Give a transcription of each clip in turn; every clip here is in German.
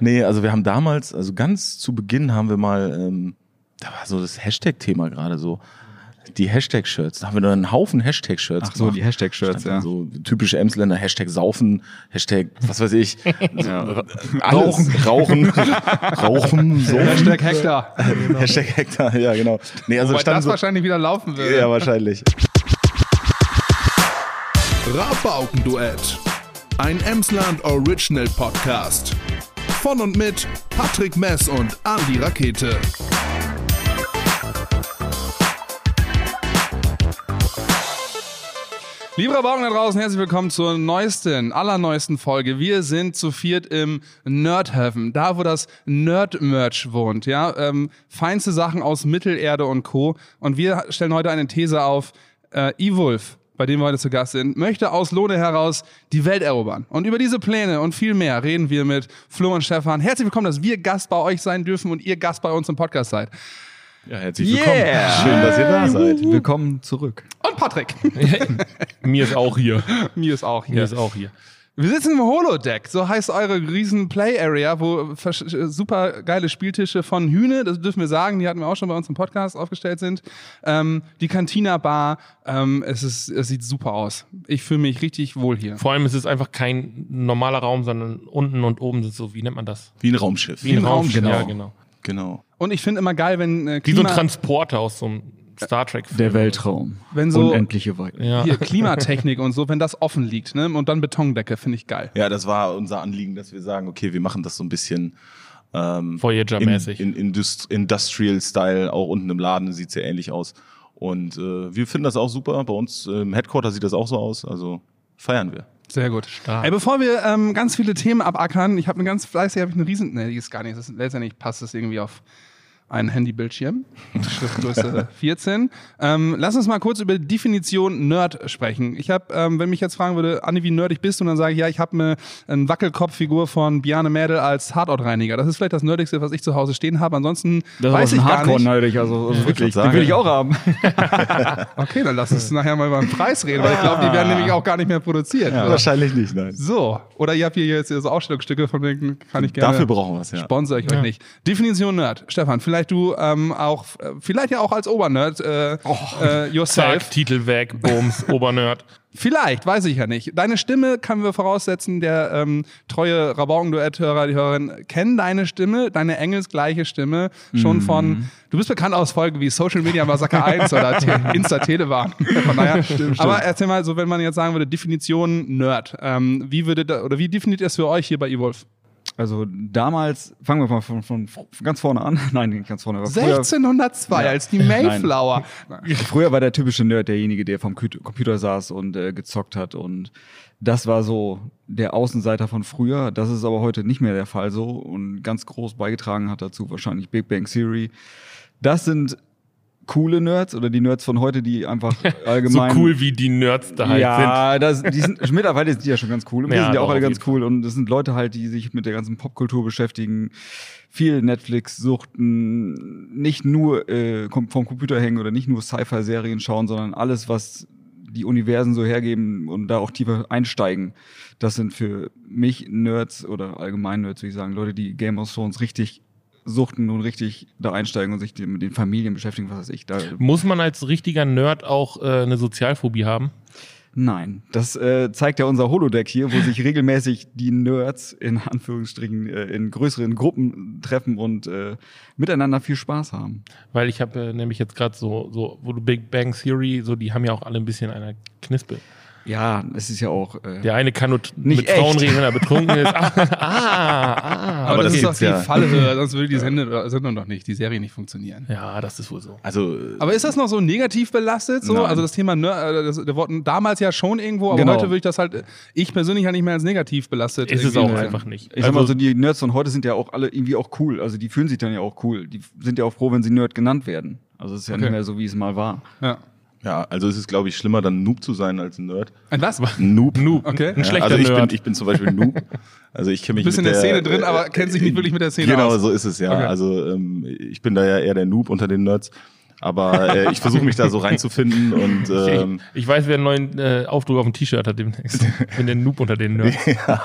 Nee, also wir haben damals, also ganz zu Beginn haben wir mal, ähm, da war so das Hashtag-Thema gerade so. Die Hashtag-Shirts, da haben wir dann einen Haufen Hashtag-Shirts. Ach so, die Hashtag-Shirts, Stand dann ja. So typische Emsländer, Hashtag saufen, Hashtag, was weiß ich. Ja. Alles. Rauchen. Rauchen. Rauchen, so. Hashtag Hektar. Hashtag Hektar, ja, genau. Nee, also Wobei stand das so, wahrscheinlich wieder laufen würde. ja, wahrscheinlich. Rabaukenduett. Ein Emsland Original Podcast. Von und mit Patrick Mess und Andy Rakete. Lieber Bauern da draußen, herzlich willkommen zur neuesten, allerneuesten Folge. Wir sind zu viert im Nerdhaven, da wo das Nerd-Merch wohnt. Ja, ähm, feinste Sachen aus Mittelerde und Co. Und wir stellen heute eine These auf. Äh, E-Wolf, bei dem wir heute zu Gast sind, möchte aus Lohne heraus die Welt erobern. Und über diese Pläne und viel mehr reden wir mit Flo und Stefan. Herzlich willkommen, dass wir Gast bei euch sein dürfen und ihr Gast bei uns im Podcast seid. Ja, herzlich willkommen. Yeah. Schön, dass ihr da seid. Willkommen zurück. Und Patrick. Mir ist auch hier. Mir ist auch hier. Mir ist auch hier. Wir sitzen im Holodeck, so heißt eure riesen Play Area, wo versch- äh, super geile Spieltische von Hühne, das dürfen wir sagen, die hatten wir auch schon bei uns im Podcast aufgestellt sind. Ähm, die Cantina Bar, ähm, es, ist, es sieht super aus. Ich fühle mich richtig wohl hier. Vor allem ist es einfach kein normaler Raum, sondern unten und oben sind so, wie nennt man das? Wie ein Raumschiff. Wie ein Raum, Raumschiff, Ja, genau. genau. Genau. Und ich finde immer geil, wenn äh, Wie so ein Klima- Transporter aus so einem Star Trek. Der Weltraum. Wenn so- Unendliche Weiten. Ja. hier, Klimatechnik und so, wenn das offen liegt, ne? Und dann Betondecke, finde ich geil. Ja, das war unser Anliegen, dass wir sagen, okay, wir machen das so ein bisschen ähm, in, Voyager-mäßig. in Indust Industrial-Style, auch unten im Laden sieht's ja ähnlich aus. Und äh, wir finden das auch super. Bei uns äh, im Headquarter sieht das auch so aus. Also feiern wir. Sehr gut. Ey, bevor wir ähm, ganz viele Themen abackern, ich habe eine ganz fleißig, habe ich eine riesen, nee, die ist gar nicht, das ist, letztendlich passt das irgendwie auf einen Handybildschirm, Schriftgröße 14. Ähm, lass uns mal kurz über die Definition Nerd sprechen. Ich habe, ähm, wenn mich jetzt fragen würde, Anni, wie nerdig bist du? Und dann sage ich, ja, ich habe eine, eine Wackelkopffigur von Biane Mädel als Tatortreiniger. Das ist vielleicht das Nerdigste, was ich zu Hause stehen habe. Ansonsten Das weiß ist ich aber gar nicht. Hardcore-neidig, also wirklich. sagen. Den will ich auch haben. Okay, dann lass uns nachher mal über den Preis reden, weil ich glaube, die werden nämlich auch gar nicht mehr produziert. Also Oder? Wahrscheinlich nicht, nein. So, oder ihr habt hier jetzt so Ausstellungsstücke von denen kann ich gerne. Dafür brauchen wir es, ja. Sponsor ich euch nicht. Definition Nerd. Stefan, vielleicht du ähm, auch, äh, vielleicht ja auch als Obernerd äh, Oh, äh, yourself. Zack, Titel weg, Bums, Obernerd. Vielleicht, weiß ich ja nicht. Deine Stimme können wir voraussetzen, der ähm, treue Rabauken-Duett-Hörer, die Hörerin, kennen deine Stimme, deine engelsgleiche Stimme Mhm. schon von, du bist bekannt aus Folgen wie Social Media Massaker 1 oder Te Insta-Telewarn. Von daher. Aber erzähl mal, so wenn man jetzt sagen würde, Definition Nerd, ähm, wie würde da, oder wie definiert ihr es für euch hier bei Evolve? Also damals, fangen wir mal von, von, von ganz vorne an. Nein, nicht ganz vorne. aber früher- also 1602 als die Mayflower. Früher war der typische Nerd derjenige, der vom Kü- Computer saß und äh, gezockt hat. Und das war so der Außenseiter von früher. Das ist aber heute nicht mehr der Fall so. Und ganz groß beigetragen hat dazu wahrscheinlich Big Bang Theory. Das sind coole Nerds oder die Nerds von heute, die einfach So allgemein. cool, wie die Nerds da halt sind. ja, Das, die sind, mittlerweile sind die ja schon ganz cool. Und wir Ja, sind ja auch doch, alle auf ganz jeden cool. Und das sind Leute halt, die sich mit der ganzen Popkultur beschäftigen, viel Netflix suchten, nicht nur äh, kom- vom Computer hängen oder nicht nur Sci-Fi-Serien schauen, sondern alles, was die Universen so hergeben und da auch tiefer einsteigen. Das sind für mich Nerds oder allgemein Nerds, würde ich sagen, Leute, die Game of Thrones richtig suchten und richtig da einsteigen und sich die- mit den Familien beschäftigen, was weiß ich. Da Muss man als richtiger Nerd auch äh, eine Sozialphobie haben? Nein, das äh, zeigt ja unser Holodeck hier, wo sich regelmäßig die Nerds in Anführungsstrichen äh, in größeren Gruppen treffen und äh, miteinander viel Spaß haben. Weil ich habe äh, nämlich jetzt gerade so, so, wo du Big Bang Theory, so die haben ja auch alle ein bisschen einer Knispe. Ja, es ist ja auch. Äh, Der eine kann nur t- Nicht mit Frauen echt. reden, wenn er betrunken ist. Ah, ah, ah. Aber, das, das ist doch gibt's die ja. Falle, oder? sonst würde die Sende- Sendung doch nicht, die Serie nicht funktionieren. Ja, das ist wohl so. Also äh, Aber ist das noch so negativ belastet? So? Nein. Also das Thema, ne, äh, das, der Wort damals ja schon irgendwo, aber Genau. heute würde ich das halt, ich persönlich halt nicht mehr als negativ belastet. Ist es irgendwie auch sehen. einfach nicht. ich sag mal so, die Nerds von heute sind ja auch alle irgendwie auch cool. Also die fühlen sich dann ja auch cool. Die sind ja auch froh, wenn sie Nerd genannt werden. Also es ist ja Okay. nicht mehr so, wie es mal war. Ja. ja, also es ist, glaube ich, schlimmer, dann Noob zu sein als ein Nerd. Ein was? Noob. Noob. Okay. Ein schlechter also ich Nerd. Bin, ich bin zum Beispiel Noob. Also ich kenne mich Bist mit äh, in der Szene drin, aber kennst dich nicht wirklich mit der Szene genau aus. so ist es ja. Okay. Also ähm, ich bin da ja eher der Noob unter den Nerds. Aber äh, ich versuche mich da so reinzufinden und ähm, ich, ich weiß, wer einen neuen äh, Aufdruck auf dem T-Shirt hat demnächst. Ich bin der Noob unter den Nerds. ja,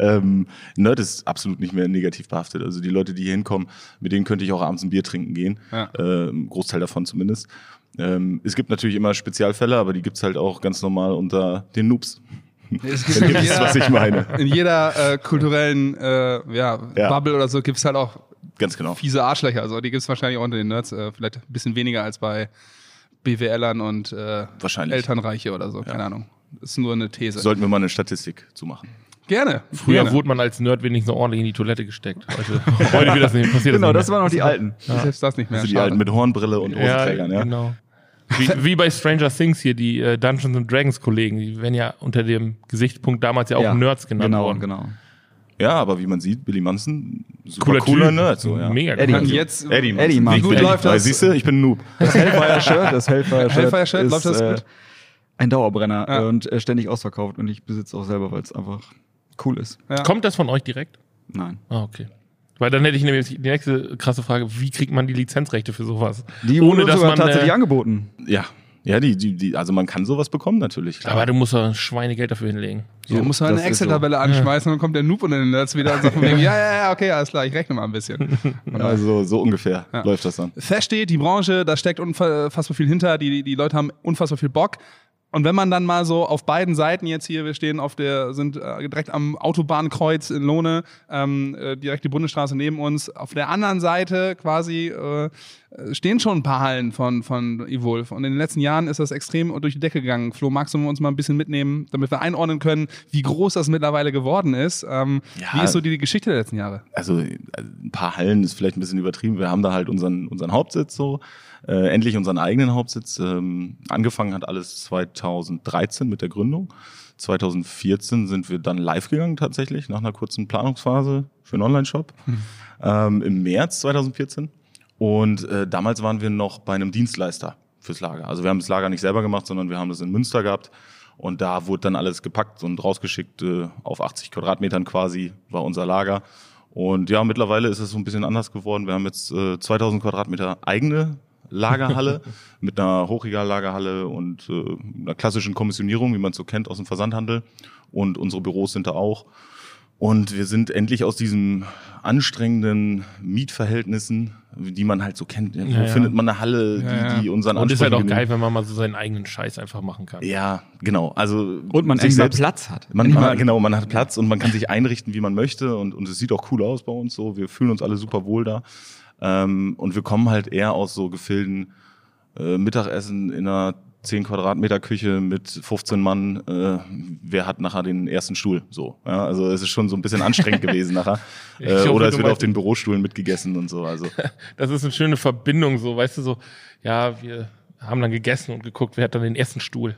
ähm, Nerd ist absolut nicht mehr negativ behaftet. Also die Leute, die hier hinkommen, mit denen könnte ich auch abends ein Bier trinken gehen. Ja. Ähm, Großteil davon zumindest. Ähm, es gibt natürlich immer Spezialfälle, aber die gibt's halt auch ganz normal unter den Noobs. Es gibt Dann in gibt es, was jeder, ich meine. in jeder äh, kulturellen äh, ja, Ja. Bubble oder so gibt es halt auch Ganz genau. fiese Arschlöcher. Also die gibt es wahrscheinlich auch unter den Nerds. Äh, vielleicht ein bisschen weniger als bei BWLern und äh, Wahrscheinlich. Elternreiche oder so. Keine Ahnung. Ist nur eine These. Sollten wir mal eine Statistik zu machen. Gerne. Früher Gerne. wurde man als Nerd wenigstens ordentlich in die Toilette gesteckt. Heute, heute wird das nicht passiert. Genau, das das nicht waren noch die Alten. selbst das nicht mehr. Also die Schade. alten mit Hornbrille und mehr. Hosenträgern, ja. Genau. Wie, wie bei Stranger Things hier, die äh, Dungeons and Dragons Kollegen, die werden ja unter dem Gesichtspunkt damals ja auch Nerds genannt genau, worden. Genau, Ja, aber wie man sieht, Billy Manson, super Cooler, cooler, typ. Nerd. So, ja. Mega Eddie. cool. Und jetzt Eddie Manson. Eddie Manson. Wie gut Eddie, läuft weil das? Siehst du, ich bin ein Noob. Das Hellfire-Shirt, das Hellfire-Shirt Hellfire-Shirt, läuft das gut? äh, ein Dauerbrenner Ja. und äh, ständig ausverkauft und ich besitze auch selber, weil es einfach cool ist. Ja. Kommt das von euch direkt? Nein. Ah, okay. Weil dann hätte ich nämlich die nächste krasse Frage, wie kriegt man die Lizenzrechte für sowas? Die Ohne, wurden dass sogar man, tatsächlich äh, angeboten. Ja. Ja, die, die, die, also man kann sowas bekommen natürlich. Klar. Aber du musst ja ein Schweinegeld dafür hinlegen. So, du musst halt eine das ist so. Excel-Tabelle anschmeißen und dann kommt der Noob unter den Nerds wieder und sagt von wegen, ja, ja, ja, okay, alles klar, ich rechne mal ein bisschen. also so ungefähr Ja. läuft das dann. Fest steht, die Branche, da steckt unfassbar viel hinter, die, die Leute haben unfassbar viel Bock. Und wenn man dann mal so auf beiden Seiten jetzt hier, wir stehen auf der, sind äh, direkt am Autobahnkreuz in Lohne, ähm, äh, direkt die Bundesstraße neben uns. Auf der anderen Seite quasi äh, stehen schon ein paar Hallen von, von Evolve. Und in den letzten Jahren ist das extrem durch die Decke gegangen. Flo, magst du uns mal ein bisschen mitnehmen, damit wir einordnen können, wie groß das mittlerweile geworden ist? Ähm, Ja. Wie ist so die, die Geschichte der letzten Jahre? Also äh, ein paar Hallen ist vielleicht ein bisschen übertrieben. Wir haben da halt unseren, unseren Hauptsitz so. Äh, endlich unseren eigenen Hauptsitz. Ähm, angefangen hat alles 2013 mit der Gründung. 2014 sind wir dann live gegangen tatsächlich, nach einer kurzen Planungsphase für einen Online-Shop. ähm, Im März 2014. Und äh, damals waren wir noch bei einem Dienstleister fürs Lager. Also wir haben das Lager nicht selber gemacht, sondern wir haben das in Münster gehabt. Und da wurde dann alles gepackt und rausgeschickt äh, auf 80 Quadratmetern quasi war unser Lager. Und ja, mittlerweile ist es so ein bisschen anders geworden. Wir haben jetzt äh, 2000 Quadratmeter eigene Lagerhalle mit einer Hochregallagerhalle und äh, einer klassischen Kommissionierung, wie man es so kennt aus dem Versandhandel. Und unsere Büros sind da auch. Und wir sind endlich aus diesen anstrengenden Mietverhältnissen, die man halt so kennt. Wo Ja, ja. findet man eine Halle, die, Ja, ja. die unseren Und ist halt auch Ansprüchen geil, genügt? wenn man mal so seinen eigenen Scheiß einfach machen kann. Ja, genau. Also Und man sich echt mal selbst- Platz hat. Man, Ich man, meine- genau, man hat Platz und man kann sich einrichten, wie man möchte. Und, und es sieht auch cool aus bei uns. So, wir fühlen uns alle super wohl da. Ähm, und wir kommen halt eher aus so Gefilden äh, Mittagessen in einer 10 Quadratmeter Küche mit 15 Mann. Äh, wer hat nachher den ersten Stuhl? So, ja, also es ist schon so ein bisschen anstrengend gewesen nachher. Ich Äh, hoffe, oder du es wird meinst- auf den Bürostuhlen mitgegessen und so. Also Das ist eine schöne Verbindung, so, weißt du, so, ja, wir haben dann gegessen und geguckt, wer hat dann den ersten Stuhl.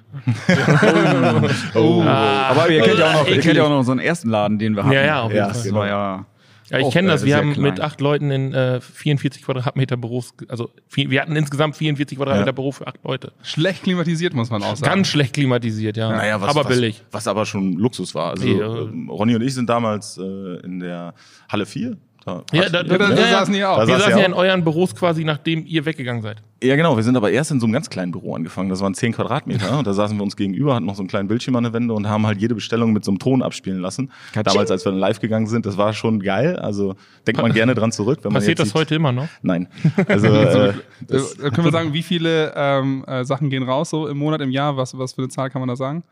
oh. Aber ihr kennt ja auch noch, ihr kennt ja auch noch unseren ersten Laden, den wir hatten. ja, auf jeden Ja, Fall. Das genau. war ja. Ja, ich auch, kenne äh, das. Wir sehr haben klein. mit acht Leuten in äh, 44 Quadratmeter Büros, ge- also vi- wir hatten insgesamt 44 Quadratmeter Ja. Büro für acht Leute. Schlecht klimatisiert, muss man auch sagen. Ganz schlecht klimatisiert, ja. Naja, was, aber was, billig. Was aber schon Luxus war. Also, Ja. ähm, Ronny und ich sind damals äh, in der Halle 4. Da Ja, hat- da, da- da saßen die auch. Da Wir saß saßen ihr ja auch. in euren Büros quasi, nachdem ihr weggegangen seid. ja, genau. Wir sind aber erst in so einem ganz kleinen Büro angefangen. Das waren 10 Quadratmeter. und da saßen wir uns gegenüber, hatten noch so einen kleinen Bildschirm an der Wände und haben halt jede Bestellung mit so einem Ton abspielen lassen. Katsching. Damals, als wir dann live gegangen sind, das war schon geil. Also denkt man gerne dran zurück. Wenn man Passiert jetzt das sieht- heute immer noch? Nein. Also, äh, Äh, das, können wir sagen, wie viele ähm, äh, Sachen gehen raus so im Monat, im Jahr? Was, was für eine Zahl kann man da sagen?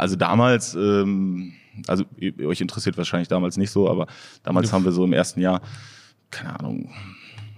Also damals, ähm, also ihr- euch interessiert wahrscheinlich damals nicht so, aber damals haben wir so im ersten Jahr, keine Ahnung,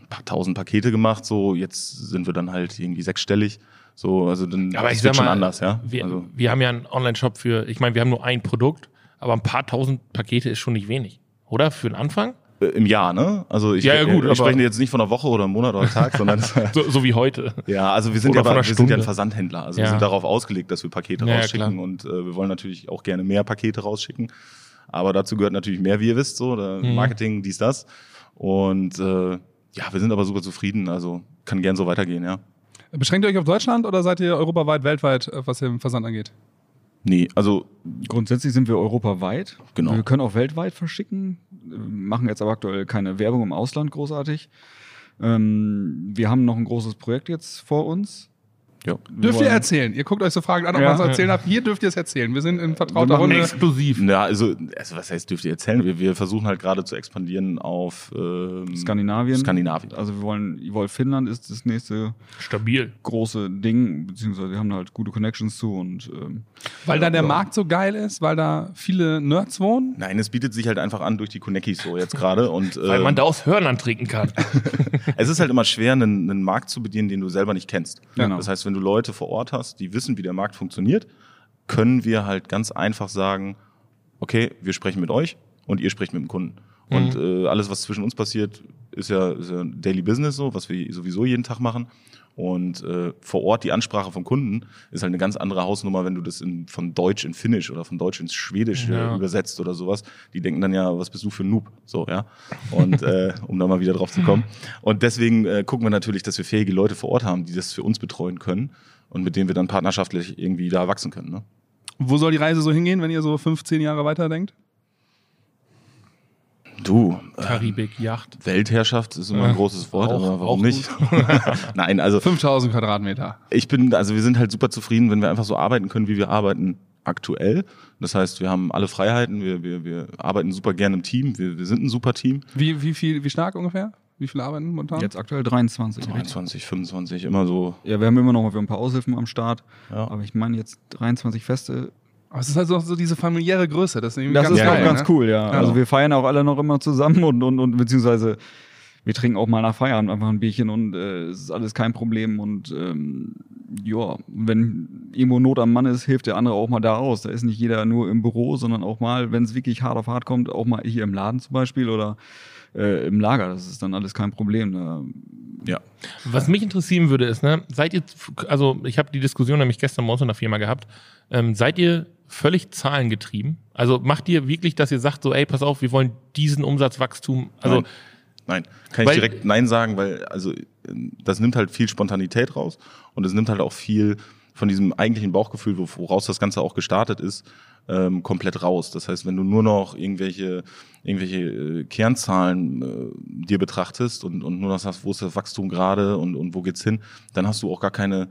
ein paar tausend Pakete gemacht. So, jetzt sind wir dann halt irgendwie sechsstellig. So, also dann Aber ich es sag wird mal, schon anders, ja. Wir, also, wir haben ja einen Online-Shop für, ich meine, wir haben nur ein Produkt, aber ein paar tausend Pakete ist schon nicht wenig. Oder? Für den Anfang? äh, Im Jahr, ne? Also ich, Ja, ja, gut, ich spreche aber- jetzt nicht von einer Woche oder einem Monat oder einem Tag, sondern So, so wie heute. Ja, also wir sind, Oder ja, von einer wir sind ja ein Stunde. Versandhändler. Also Ja. wir sind darauf ausgelegt, dass wir Pakete Ja, ja, rausschicken klar. und äh, wir wollen natürlich auch gerne mehr Pakete rausschicken. Aber dazu gehört natürlich mehr, wie ihr wisst, so da Mhm. Marketing, dies, das. Und äh, ja, wir sind aber super zufrieden. Also kann gern so weitergehen, ja. Beschränkt ihr euch auf Deutschland oder seid ihr europaweit, weltweit, äh, was den Versand angeht? Nee, also Grundsätzlich sind wir europaweit. Genau. Wir können auch weltweit verschicken, äh, machen jetzt aber aktuell keine Werbung im Ausland großartig. Ähm, wir haben noch ein großes Projekt jetzt vor uns. Ja. Wir Dürft ihr wollen- erzählen? Ihr guckt euch so Fragen an, ob Ja. man es erzählen darf. Hier dürft ihr es erzählen. Wir sind in vertrauter machen Runde. Exklusiv. Ja, also, also was heißt, dürft ihr erzählen? Wir, wir versuchen halt gerade zu expandieren auf ähm, Skandinavien. Skandinavien. Also wir wollen, Evolve Finnland ist das nächste Stabil. große Ding, beziehungsweise wir haben da halt gute Connections zu und ähm, Weil da der Ja. Markt so geil ist, weil da viele Nerds wohnen. Nein, es bietet sich halt einfach an durch die Konekis so jetzt gerade. Und Weil man ähm, da aus Hörnern trinken kann. es ist halt immer schwer, einen, einen Markt zu bedienen, den du selber nicht kennst. Genau. Das heißt, wenn du Leute vor Ort hast, die wissen, wie der Markt funktioniert, können wir halt ganz einfach sagen, okay, wir sprechen mit euch und ihr sprecht mit dem Kunden. Und äh, alles, was zwischen uns passiert, ist ja, ist ja Daily Business so, was wir sowieso jeden Tag machen. Und äh, vor Ort die Ansprache vom Kunden ist halt eine ganz andere Hausnummer, wenn du das in, von Deutsch in Finnisch oder von Deutsch ins Schwedisch Ja. äh, übersetzt oder sowas. Die denken dann ja, was bist du für ein Noob? So, ja. Und äh, um da mal wieder drauf zu kommen. Und deswegen äh, gucken wir natürlich, dass wir fähige Leute vor Ort haben, die das für uns betreuen können und mit denen wir dann partnerschaftlich irgendwie da wachsen können. Ne? Wo soll die Reise so hingehen, wenn ihr so 15 Jahre weiterdenkt? Du, äh, Karibik, Yacht. Weltherrschaft ist immer Ja. ein großes Wort, Auch- aber auch warum nicht? Nein, also 5000 Quadratmeter. ich bin, also wir sind halt super zufrieden, wenn wir einfach so arbeiten können, wie wir arbeiten aktuell. Das heißt, wir haben alle Freiheiten, wir, wir, wir arbeiten super gerne im Team, wir, wir sind ein super Team. Wie, wie, viel, wie stark ungefähr? Wie viele arbeiten momentan? jetzt aktuell 23. 23, 25, immer so. Ja, wir haben immer noch mal wir haben ein paar Aushilfen am Start, Ja. aber ich meine jetzt 23 Feste. Aber es ist halt so, so diese familiäre Größe. Das ist, irgendwie Das ist geil, auch ganz ne? cool, ja. Ja. Also wir feiern auch alle noch immer zusammen und, und, und beziehungsweise wir trinken auch mal nach Feierabend einfach ein Bierchen und äh, es ist alles kein Problem und ähm, ja, wenn irgendwo Not am Mann ist, hilft der andere auch mal da aus. Da ist nicht jeder nur im Büro, sondern auch mal, wenn es wirklich hart auf hart kommt, auch mal hier im Laden zum Beispiel oder äh, im Lager. Das ist dann alles kein Problem. Da, Ja. Was mich interessieren würde, ist, ne, seid ihr, also ich habe die Diskussion nämlich gestern morgens in der Firma gehabt, ähm, seid ihr völlig zahlengetrieben? Also macht ihr wirklich, dass ihr sagt, so, ey, pass auf, wir wollen diesen Umsatzwachstum, also Nein. Nein, kann Weil- ich direkt Nein sagen, weil also ähm, das nimmt halt viel Spontanität raus und es nimmt halt auch viel von diesem eigentlichen Bauchgefühl, wo- woraus das Ganze auch gestartet ist, ähm, komplett raus. Das heißt, wenn du nur noch irgendwelche, irgendwelche äh, Kernzahlen äh, dir betrachtest und, und nur noch sagst, wo ist das Wachstum gerade und, und wo geht's hin, dann hast du auch gar keine,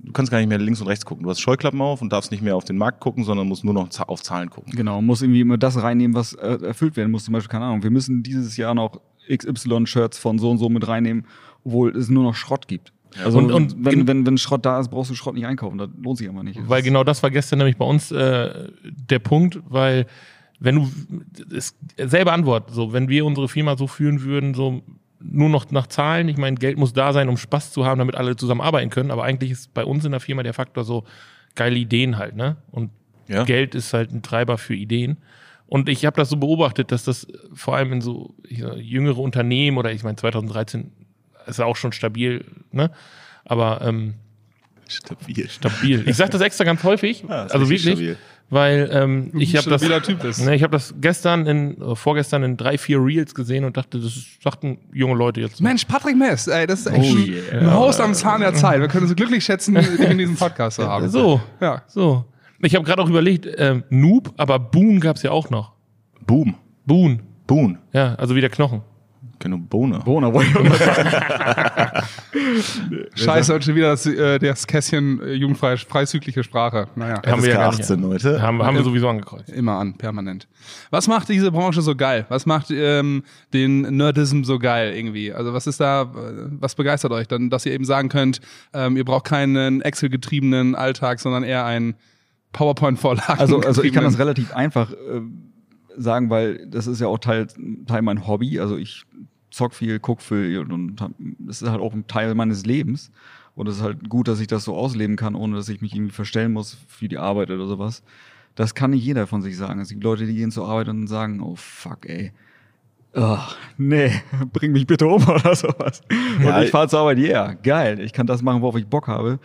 du kannst gar nicht mehr links und rechts gucken. Du hast Scheuklappen auf und darfst nicht mehr auf den Markt gucken, sondern musst nur noch za- auf Zahlen gucken. Genau, muss irgendwie immer das reinnehmen, was äh, erfüllt werden muss. Zum Beispiel, keine Ahnung, wir müssen dieses Jahr noch XY-Shirts von so und so mit reinnehmen, obwohl es nur noch Schrott gibt. Also Und- und- wenn, wenn, wenn Schrott da ist, brauchst du Schrott nicht einkaufen. Das lohnt sich einfach nicht. Weil genau das war gestern nämlich bei uns äh, der Punkt, weil wenn du ist, selbe Antwort, so wenn wir unsere Firma so führen würden, so nur noch nach Zahlen, ich meine, Geld muss da sein, um Spaß zu haben, damit alle zusammen arbeiten können, aber eigentlich ist bei uns in der Firma der Faktor so geile Ideen halt, ne? Und Ja. Geld ist halt ein Treiber für Ideen. Und ich habe das so beobachtet, dass das äh, vor allem in so ich sag, jüngere Unternehmen oder ich meine 2013 ist ja auch schon stabil, ne? Aber ähm, Stabil. stabil. Ich sage das extra ganz häufig, Ja, ist also wirklich, richtig stabil. weil ähm, ich habe das, stabiler Typ bist. ne, ich habe das gestern in äh, vorgestern in drei vier Reels gesehen und dachte, das ist, sagten junge Leute jetzt. Mensch, Patrick Mess, ey, das ist echt Oh ein- ein Host am Zahn der Zeit. Wir können so glücklich schätzen, dich in diesem Podcast zu haben. so, Ja. so. Ich habe gerade auch überlegt, ähm, Noob, aber Boon gab's ja auch noch. Boom. Boon, Boon. ja, also wie der Knochen. Keine Genau, Bohne. Corona wollte ich immer Scheiße, und schon wieder das, äh, das Kässchen äh, jugendfrei, freizügliche Sprache. Naja, Haben wir ja gar nicht. 18 Leute. Haben, haben wir sowieso angekreuzt. immer an, permanent. Was macht diese Branche so geil? Was macht ähm, den Nerdism so geil irgendwie? Also was ist da, äh, was begeistert euch dann, dass ihr eben sagen könnt, ähm, ihr braucht keinen Excel-getriebenen Alltag, sondern eher einen PowerPoint-Vorlagen. Also, also ich kann das relativ einfach äh, sagen, weil das ist ja auch Teil, Teil mein Hobby. Also ich zock viel, guck viel und, und hab, das ist halt auch ein Teil meines Lebens. Und es ist halt gut, dass ich das so ausleben kann, ohne dass ich mich irgendwie verstellen muss für die Arbeit oder sowas. Das kann nicht jeder von sich sagen. Es gibt Leute, die gehen zur Arbeit und sagen, oh fuck, ey. Ach, nee, bring mich bitte um oder sowas. Und Ja, ich fahre zur Arbeit, yeah, geil. Ich kann das machen, worauf ich Bock habe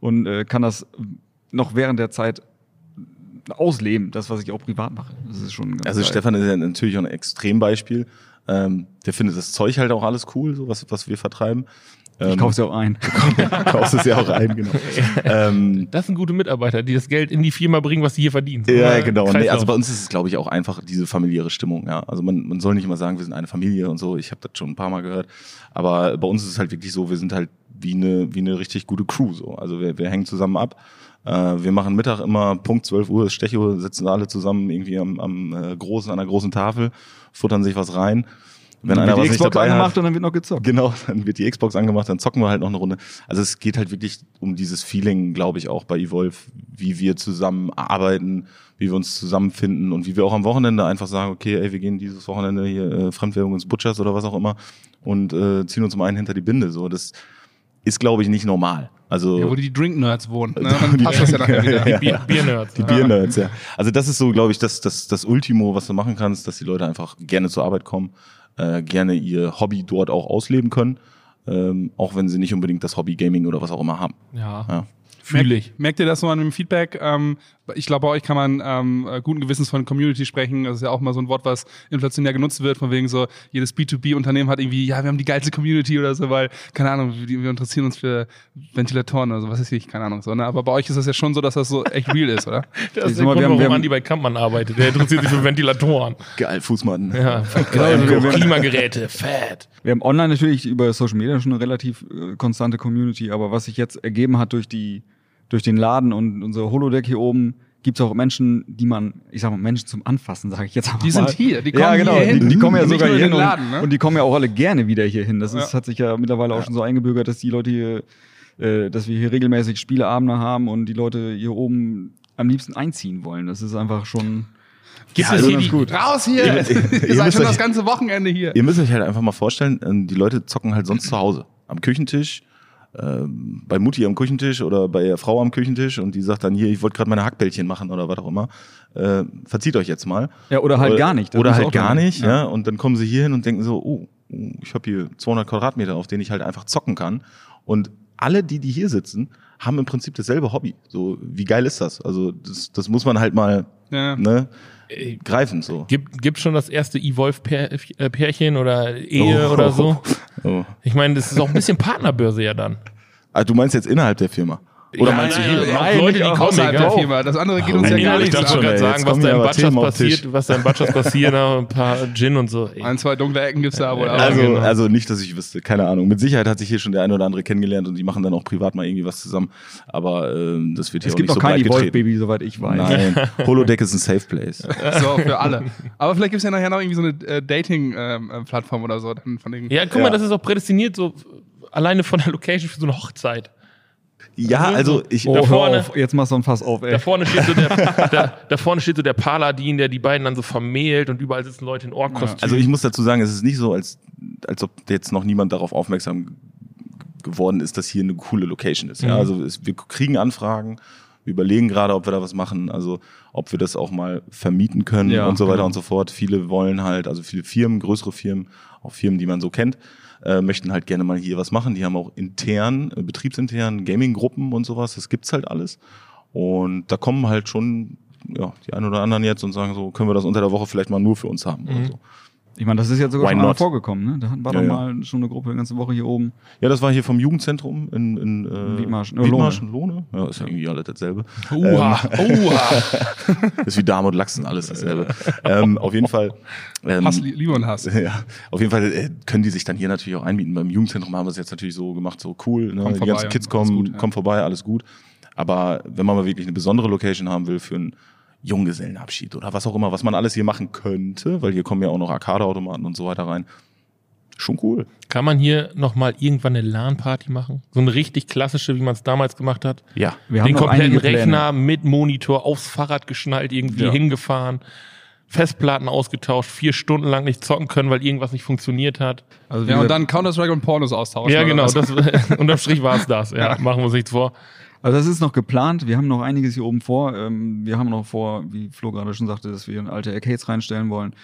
und äh, kann das noch während der Zeit ausleben, das, was ich auch privat mache. Das ist schon ganz Also geil. Stefan ist ja natürlich auch ein Extrembeispiel. Ähm, der findet das Zeug halt auch alles cool, so was, was wir vertreiben. Ich Ähm, kauf's ja auch ein. kaufst es ja auch ein, genau. ähm, Das sind gute Mitarbeiter, die das Geld in die Firma bringen, was sie hier verdienen. Ja, genau. Nee, also Kreislauf. bei uns ist es, glaube ich, auch einfach diese familiäre Stimmung. Ja. Also man, man soll nicht immer sagen, wir sind eine Familie und so. Ich habe das schon ein paar Mal gehört. Aber bei uns ist es halt wirklich so, wir sind halt wie eine, wie eine richtig gute Crew. So. Also wir, wir hängen zusammen ab. Äh, wir machen Mittag immer Punkt 12 Uhr, ist Stechuhr, sitzen alle zusammen irgendwie am, am äh, großen, an der großen Tafel, futtern sich was rein. Wenn einer die was nicht Xbox dabei angemacht hat, und dann wird noch gezockt. Genau, dann wird die Xbox angemacht, dann zocken wir halt noch eine Runde. Also es geht halt wirklich um dieses Feeling, glaube ich, auch bei Evolve, wie wir zusammen arbeiten, wie wir uns zusammenfinden und wie wir auch am Wochenende einfach sagen, okay, ey, wir gehen dieses Wochenende hier äh, Fremdwährung ins Butchers oder was auch immer und äh, ziehen uns mal einen hinter die Binde. So, das ist, glaube ich, nicht normal. Also Ja, wo die Drink-Nerds wohnen. Ne? Dann passt das ja nachher wieder. Ja, Bier, Biernerds. die Biernerds, ja. Also das ist so, glaube ich, das, das, das Ultimo, was du machen kannst, dass die Leute einfach gerne zur Arbeit kommen, äh, gerne ihr Hobby dort auch ausleben können, ähm, auch wenn sie nicht unbedingt das Hobby Gaming oder was auch immer haben. Ja, Ja. fühle ich. Merkt, merkt ihr das so an dem Feedback? Ähm, ich glaube, bei euch kann man ähm, äh, guten Gewissens von Community sprechen. Das ist ja auch mal so ein Wort, was inflationär genutzt wird, von wegen so, jedes B2B-Unternehmen hat irgendwie, ja, wir haben die geilste Community oder so, weil, keine Ahnung, wir, wir interessieren uns für Ventilatoren oder so, was weiß ich, keine Ahnung. So, ne? Aber bei euch ist das ja schon so, dass das so echt real ist, oder? Das Ich ist der sag mal, Grund, wir haben- warum wir haben- Andi bei Kampmann arbeitet. Der interessiert sich für Ventilatoren. Geil, Fußmatten. Ja, wir- wir- Also Klimageräte, fett. Wir haben online natürlich über Social Media schon eine relativ äh, konstante Community, aber was sich jetzt ergeben hat durch die durch den Laden und unser Holodeck hier oben, gibt es auch Menschen, die man, ich sag mal, Menschen zum Anfassen, sage ich jetzt einfach Die mal. sind hier, die ja, kommen genau. hier hin. Die, die kommen ja Nicht sogar nur hier in hin den und, Laden, ne? und die kommen ja auch alle gerne wieder hier hin. Das ist, Ja. hat sich ja mittlerweile auch schon so eingebürgert, dass die Leute hier, äh, dass wir hier regelmäßig Spieleabende haben und die Leute hier oben am liebsten einziehen wollen. Das ist einfach schon. Gibt Ja, es also hier ganz die, gut. Raus hier! Ihr seid müsst schon euch- das ganze Wochenende hier. Ihr müsst euch halt einfach mal vorstellen, ähm, die Leute zocken halt sonst zu Hause. Am Küchentisch, ähm, bei Mutti am Küchentisch oder bei der Frau am Küchentisch und die sagt dann hier, ich wollte gerade meine Hackbällchen machen oder was auch immer. Äh, verzieht euch jetzt mal. Ja, oder halt gar nicht. Das oder muss halt auch gar sein. nicht, ja. Und dann kommen sie hier hin und denken so, oh, oh, ich habe hier 200 Quadratmeter, auf denen ich halt einfach zocken kann. Und alle, die, die hier sitzen, haben im Prinzip dasselbe Hobby. So, wie geil ist das? Also, das, das muss man halt mal Ja. ne, Äh, greifen. So. Gibt, gibt schon das erste Evolve-Pärchen oder Ehe Oh. oder so? Oh. Ich meine, das ist auch ein bisschen Partnerbörse ja dann. Ah, du meinst jetzt innerhalb der Firma? Oder Ja, meinst du nein, hier? nein, nein. Leute, die kommen außerhalb mega der auf. Firma. Das andere geht uns Warum? ja gar Ja, genau, ich nichts dachte dachte schon schon, an. ey, jetzt gerade sagen, was kommen hier dein aber Butchers Themen auf den passiert, Tisch. was dein Butchers passiert, noch ein paar Gin und so. Ey. Ein, zwei dunkle Ecken gibt's da wohl. aber- Also, genau. also nicht, dass ich wüsste, keine Ahnung. Mit Sicherheit hat sich hier schon der ein oder andere kennengelernt und die machen dann auch privat mal irgendwie was zusammen. Aber ähm, das wird hier Es auch nicht gibt noch so kein breit getreten. Evolve-Baby, soweit ich weiß. Nein, Holodeck ist ein Safe Place. So, für alle. Aber vielleicht gibt's ja nachher noch irgendwie so eine äh, Dating-Plattform oder so. Dann von den Ja, guck mal, das ist auch prädestiniert so f- alleine von der Location für so eine Hochzeit. Ja, also ich, Oh. Da vorne- auf, jetzt machst du ein Fass auf, ey. Da vorne steht so der, da, da vorne steht so der Paladin, der die beiden dann so vermählt und überall sitzen Leute in Ohrkostümen. also ich muss dazu sagen, es ist nicht so, als, als ob jetzt noch niemand darauf aufmerksam g- geworden ist, dass hier eine coole Location ist. Ja, Mhm. also es, wir kriegen Anfragen, wir überlegen gerade, ob wir da was machen, also ob wir das auch mal vermieten können Ja, und so weiter genau. und so fort. Viele wollen halt, also viele Firmen, größere Firmen, auch Firmen, die man so kennt, äh, möchten halt gerne mal hier was machen. Die haben auch intern, äh, betriebsintern Gaming-Gruppen und sowas. Das gibt's halt alles. Und da kommen halt schon ja, die einen oder anderen jetzt und sagen so, können wir das unter der Woche vielleicht mal nur für uns haben Mhm. oder so. Ich meine, das ist jetzt sogar Why schon mal not? vorgekommen, ne? Da hatten- war Ja, doch ja. mal schon eine Gruppe die ganze Woche hier oben. Ja, das war hier vom Jugendzentrum in, in äh, Wiedmarschen. Wiedmarschen, Lohne. Ja, ist ja irgendwie alles dasselbe. Uha, Ähm. uha. Ist wie Darm und Lachsen, alles dasselbe. ähm, auf jeden Fall. Ähm, Hass, Lie- Liebe und Hass. ja, auf jeden Fall äh, können die sich dann hier natürlich auch einmieten. Beim Jugendzentrum haben wir es jetzt natürlich so gemacht, so cool. Ne? Kommt die vorbei, ganzen Kids alles kommen, gut, ja. kommen vorbei, alles gut. Aber wenn man mal wirklich eine besondere Location haben will für einen Junggesellenabschied oder was auch immer, was man alles hier machen könnte, weil hier kommen ja auch noch Arcade-Automaten und so weiter rein. Schon cool. Kann man hier nochmal irgendwann eine LAN-Party machen? So eine richtig klassische, wie man es damals gemacht hat? Ja. Wir Den noch kompletten einige Pläne. Rechner mit Monitor aufs Fahrrad geschnallt, irgendwie Ja. hingefahren, Festplatten ausgetauscht, vier Stunden lang nicht zocken können, weil irgendwas nicht funktioniert hat. Also wie Ja, und gesagt, dann Counter-Strike und Pornos austauschen. ja, oder genau. was? Das, unterm Strich war es das. Ja, machen wir uns nichts vor. Also das ist noch geplant. Wir haben noch einiges hier oben vor. Ähm, wir haben noch vor, wie Flo gerade schon sagte, dass wir alte Arcades reinstellen wollen.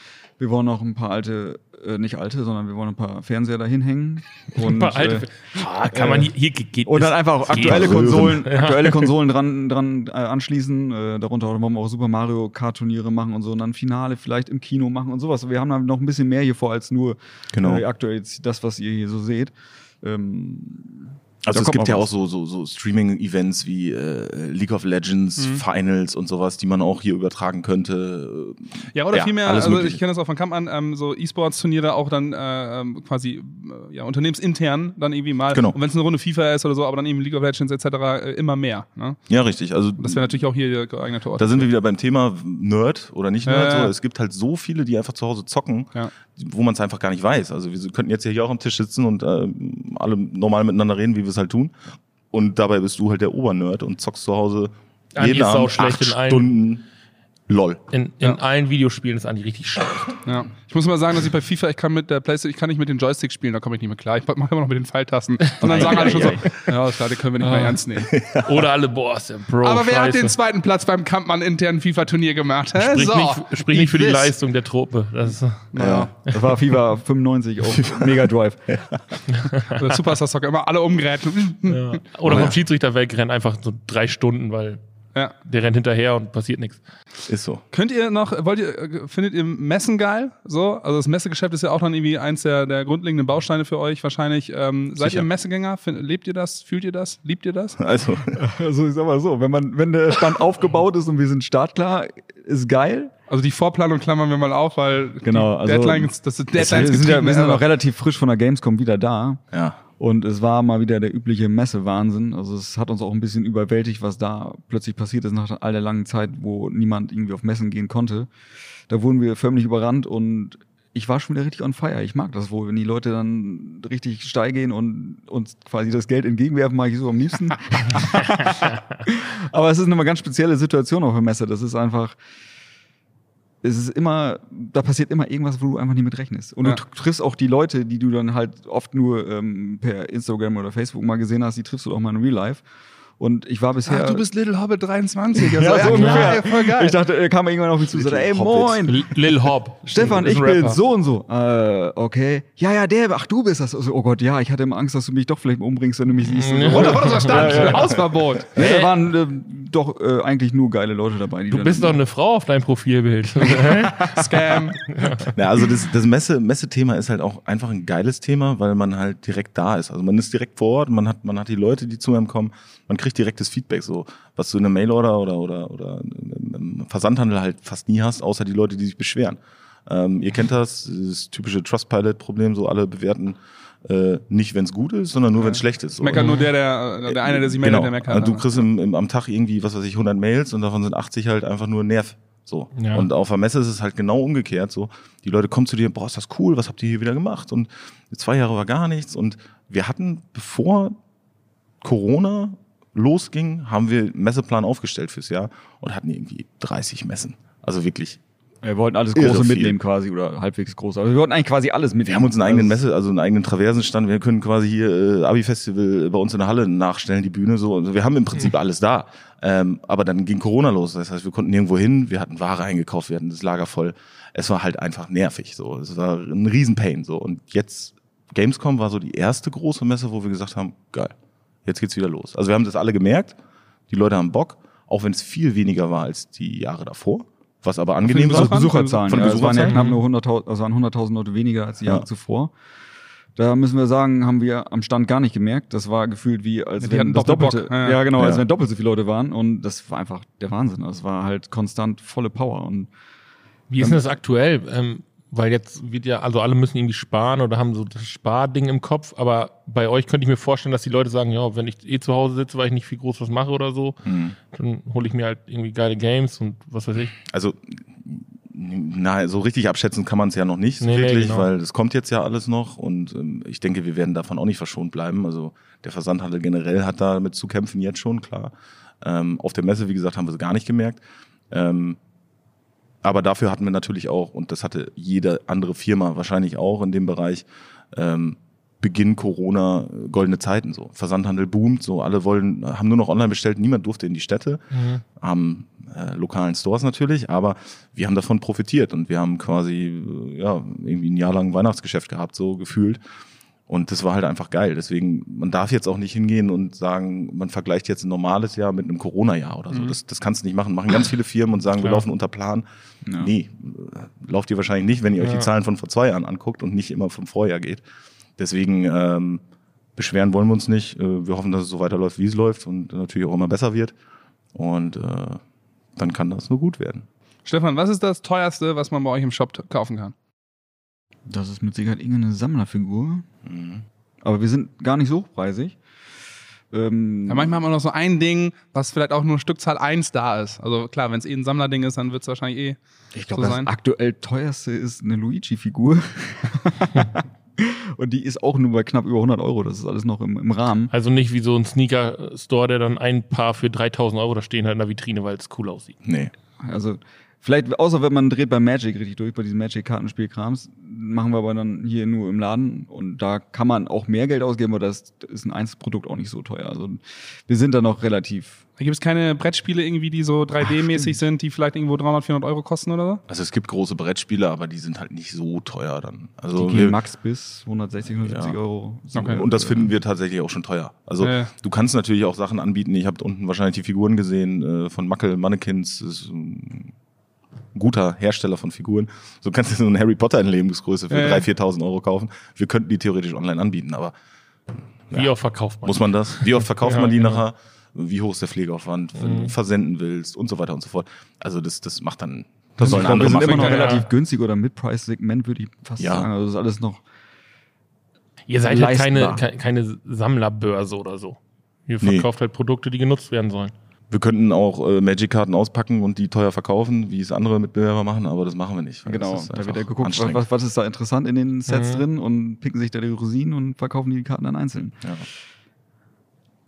Wir wollen noch ein paar alte, äh, nicht alte, sondern wir wollen ein paar Fernseher dahin hängen. Und, Bei alte- äh, Ah, kann man hier, hier geht und dann es- einfach auch es aktuelle geht. Röhren. Konsolen, aktuelle Konsolen dran, dran äh, anschließen. Äh, darunter wollen wir auch Super Mario Kart Turniere machen und so und dann Finale vielleicht im Kino machen und sowas. Wir haben dann noch ein bisschen mehr hier vor als nur Genau. äh, aktuell jetzt das, was ihr hier so seht. Ähm, Also Da es kommt gibt auch ja auch was. so, so, so Streaming-Events wie äh, League of Legends, Mhm. Finals und sowas, die man auch hier übertragen könnte. Ja, oder Ja, vielmehr, alles also Mögliche. ich kenne das auch von Kamp an, ähm, so E-Sports-Turniere auch dann äh, ähm, quasi äh, ja, unternehmensintern dann irgendwie mal. Genau. Und wenn es eine Runde FIFA ist oder so, aber dann eben League of Legends etc. Äh, immer mehr. Ne? Ja, richtig. Also Das wäre natürlich auch hier geeigneter Ort. da sind wir wieder beim Thema Nerd oder nicht Nerd. Ja, ja. So. Es gibt halt so viele, die einfach zu Hause zocken, Ja. wo man es einfach gar nicht weiß. Also wir könnten jetzt hier auch am Tisch sitzen und äh, alle normal miteinander reden, wie wir es halt tun. Und dabei bist du halt der Obernerd und zockst zu Hause Andi jeden Ah, ist auch Abend schlecht acht in allen- Stunden LOL. In, in Ja. allen Videospielen ist Andi richtig schlecht. ja. Ich muss mal sagen, dass ich bei FIFA, ich kann mit der Playstation, ich kann nicht mit den Joysticks spielen, da komme ich nicht mehr klar. Ich mache immer noch mit den Pfeiltasten. Und dann sagen alle schon so, ja, das Leute können wir nicht mehr ernst nehmen. Oder alle, boah, ist der Ah. Bro. aber wer hat scheiße. den zweiten Platz beim Kampmann internen FIFA-Turnier gemacht? Hä? Sprich, so. nicht, sprich nicht für die Quiz. Leistung der Truppe. Das ist, Ja. Das war FIFA 95 auf Mega Drive. Oder Superstar Soccer, immer alle umgeräten. ja. Oder vom Schiedsrichter wegrennt einfach so drei Stunden, weil ja. der rennt hinterher und passiert nichts. Ist so. Könnt ihr noch, wollt ihr, findet ihr Messen geil? So, also das Messegeschäft ist ja auch dann irgendwie eins der, der grundlegenden Bausteine für euch wahrscheinlich. Ähm, seid Sicher. ihr Messegänger? Fin- Lebt ihr das? Fühlt ihr das? Liebt ihr das? Also Also ich sag mal so, wenn man, wenn der Stand aufgebaut ist und wir sind startklar, ist geil. Also die Vorplanung klammern wir mal auf, weil Genau, die also- Deadlines, das sind wir Deadlines also sind ja, wir sind ja aber- noch relativ frisch von der Gamescom wieder da. ja. Und es war mal wieder der übliche Messewahnsinn. Also es hat uns auch ein bisschen überwältigt, was da plötzlich passiert ist nach all der langen Zeit, wo niemand irgendwie auf Messen gehen konnte. Da wurden wir förmlich überrannt und ich war schon wieder richtig on fire. Ich mag das wohl, wenn die Leute dann richtig steil gehen und uns quasi das Geld entgegenwerfen, mag ich so am liebsten. Aber es ist eine mal ganz spezielle Situation auf der Messe. Das ist einfach, es ist immer, da passiert immer irgendwas, wo du einfach nicht mit rechnest. Und Ja. du tr- triffst auch die Leute, die du dann halt oft nur ähm, per Instagram oder Facebook mal gesehen hast, die triffst du auch mal in Real Life. Und ich war bisher. Ach, du bist Little Hobbit also 23. ja, so ungefähr. geil, voll geil. Ich dachte, er kam irgendwann auf mich zu und sagte, Little ey, Hobbit. moin. L- Lil Hop. Stefan, Ist ein ich bin Rapper. so und so. Äh, okay. Ja, ja, der, ach, du bist das. Also, oh Gott, ja, ich hatte immer Angst, dass du mich doch vielleicht umbringst, wenn du mich siehst. Ja. So. Oder war das Stand? Hausverbot. Nee, da waren ähm, doch äh, eigentlich nur geile Leute dabei. Die Du dann- bist doch eine Frau auf deinem Profilbild. Scam. Ja, also das, das Messe, Messethema ist halt auch einfach ein geiles Thema, weil man halt direkt da ist. Also man ist direkt vor Ort, man hat, man hat die Leute, die zu einem kommen, man kriegt direktes Feedback, so was du in einem Mailorder oder, oder, oder im im Versandhandel halt fast nie hast, außer die Leute, die sich beschweren. Ähm, ihr kennt das, das typische Trustpilot-Problem, so alle bewerten äh, nicht, wenn es gut ist, sondern nur, wenn es schlecht ist. So. Meckert nur der, der, also der eine, der sich Genau. meldet, der meckert. Also du kriegst im, im, am Tag irgendwie, was weiß ich, 100 Mails und davon sind 80 halt einfach nur Nerv. So. Ja. Und auf der Messe ist es halt genau umgekehrt. So. Die Leute kommen zu dir, boah, ist das cool, was habt ihr hier wieder gemacht? Und zwei Jahre war gar nichts. Und wir hatten, bevor Corona losging, haben wir einen Messeplan aufgestellt fürs Jahr und hatten irgendwie 30 Messen. Also wirklich. Wir wollten alles Irre Große viel. mitnehmen quasi oder halbwegs groß. Aber wir wollten eigentlich quasi alles mitnehmen. Wir haben uns einen eigenen Also, Messe, also einen eigenen Traversenstand. Wir können quasi hier äh, Abi-Festival bei uns in der Halle nachstellen, die Bühne so. Also wir haben im Prinzip alles da. Ähm, aber dann ging Corona los. Das heißt, wir konnten nirgendwo hin. Wir hatten Ware eingekauft, wir hatten das Lager voll. Es war halt einfach nervig. So, es war ein Riesenpain. So und jetzt Gamescom war so die erste große Messe, wo wir gesagt haben, geil, jetzt geht's wieder los. Also wir haben das alle gemerkt. Die Leute haben Bock, auch wenn es viel weniger war als die Jahre davor. Was aber angenehm den war. Also Besuchern? Besucherzahlen. Von ja, es waren ja Besucherzahlen? knapp nur 100.000, also waren 100.000 Leute weniger als die Jahre Ja. zuvor. Da müssen wir sagen, haben wir am Stand gar nicht gemerkt. Das war gefühlt wie, als Ja, die wenn hatten das doppelt Doppelte, Bock. Ja, ja, ja. genau, als Ja. wenn doppelt so viele Leute waren. Und das war einfach der Wahnsinn. Das war halt konstant volle Power. Und Wie ist denn das aktuell? Ähm, weil jetzt wird ja, also alle müssen irgendwie sparen oder haben so das Sparding im Kopf, aber bei euch könnte ich mir vorstellen, dass die Leute sagen, ja, wenn ich eh zu Hause sitze, weil ich nicht viel groß was mache oder so, Mhm. dann hole ich mir halt irgendwie geile Games und was weiß ich. also na, so richtig abschätzen kann man es ja noch nicht, so Nee, nee, wirklich, genau. weil es kommt jetzt ja alles noch und ähm, ich denke, wir werden davon auch nicht verschont bleiben. Also der Versandhandel generell hat damit zu kämpfen jetzt schon, klar. Ähm, auf der Messe, wie gesagt, haben wir es gar nicht gemerkt. Ähm, aber dafür hatten wir natürlich auch, und das hatte jede andere Firma wahrscheinlich auch in dem Bereich, ähm, Beginn Corona äh, goldene Zeiten so. Versandhandel boomt, so alle wollen, haben nur noch online bestellt, niemand durfte in die Städte, Mhm. haben äh, lokalen Stores natürlich, aber wir haben davon profitiert und wir haben quasi äh, ja, irgendwie ein Jahr lang ein Weihnachtsgeschäft gehabt, so gefühlt. Und das war halt einfach geil. Deswegen, man darf jetzt auch nicht hingehen und sagen, man vergleicht jetzt ein normales Jahr mit einem Corona-Jahr oder so. Das, das kannst du nicht machen. Machen ganz viele Firmen und sagen, wir Mhm. Klar. laufen unter Plan. Nee, äh, lauft ihr wahrscheinlich nicht, wenn ihr euch Ja. die Zahlen von vor zwei Jahren anguckt und nicht immer vom Vorjahr geht. Deswegen ähm, beschweren wollen wir uns nicht. Äh, wir hoffen, dass es so weiterläuft, wie es läuft und natürlich auch immer besser wird. Und äh, dann kann das nur gut werden. Stefan, was ist das teuerste, was man bei euch im Shop t- kaufen kann? Das ist mit Sicherheit irgendeine Sammlerfigur. Mhm. Aber wir sind gar nicht so hochpreisig. Ähm, Ja, manchmal haben wir noch so ein Ding, was vielleicht auch nur Stückzahl 1 da ist. Also klar, wenn es eh ein Sammlerding ist, dann wird es wahrscheinlich eh ich glaube, so das sein. aktuell teuerste ist eine Luigi-Figur. Und die ist auch nur bei knapp über 100 Euro. Das ist alles noch im, im Rahmen. Also nicht wie so ein Sneaker-Store, der dann ein Paar für 3000 Euro da stehen hat in der Vitrine, weil es cool aussieht. Nee. Also vielleicht, außer wenn man dreht bei Magic richtig durch, bei diesem Magic-Kartenspiel-Krams, machen wir aber dann hier nur im Laden und da kann man auch mehr Geld ausgeben, aber das ist ein Einzelprodukt auch nicht so teuer. Also wir sind da noch relativ. Da gibt es keine Brettspiele irgendwie, die so 3D-mäßig sind, die vielleicht irgendwo 300, 400 Euro kosten oder so? Also es gibt große Brettspiele, aber die sind halt nicht so teuer dann. Also Die gehen wir- max bis 160, 170 Ja. Euro. Okay. Und das finden wir tatsächlich auch schon teuer. Also Ja. du kannst natürlich auch Sachen anbieten. Ich habe unten wahrscheinlich die Figuren gesehen äh, von Mackel Mannequins. Das ist ein guter Hersteller von Figuren. So kannst du so einen Harry Potter in Lebensgröße für Ja, ja. 3.000, 4.000 Euro kaufen. Wir könnten die theoretisch online anbieten, aber Wie auch verkauft man. muss man das? Wie oft verkauft Ja, man die genau. nachher? Wie hoch ist der Pflegeaufwand, wenn du versenden willst und so weiter und so fort. Also das, das macht dann, das sollen Also Ich glaube, andere wir sind machen. immer noch Ja. relativ günstig oder Mid-Price-Segment, würde ich fast Ja. sagen. Also das ist alles noch. Ihr seid halt keine, leistbar. ke- keine Sammlerbörse oder so. Ihr Nee. verkauft halt Produkte, die genutzt werden sollen. Wir könnten auch äh, Magic-Karten auspacken und die teuer verkaufen, wie es andere Mitbewerber machen, aber das machen wir nicht. weil Genau, das ist da einfach wird ja geguckt, anstrengend. was, was ist da interessant in den Sets Mhm. drin und picken sich da die Rosinen und verkaufen die Karten dann einzeln. Ja.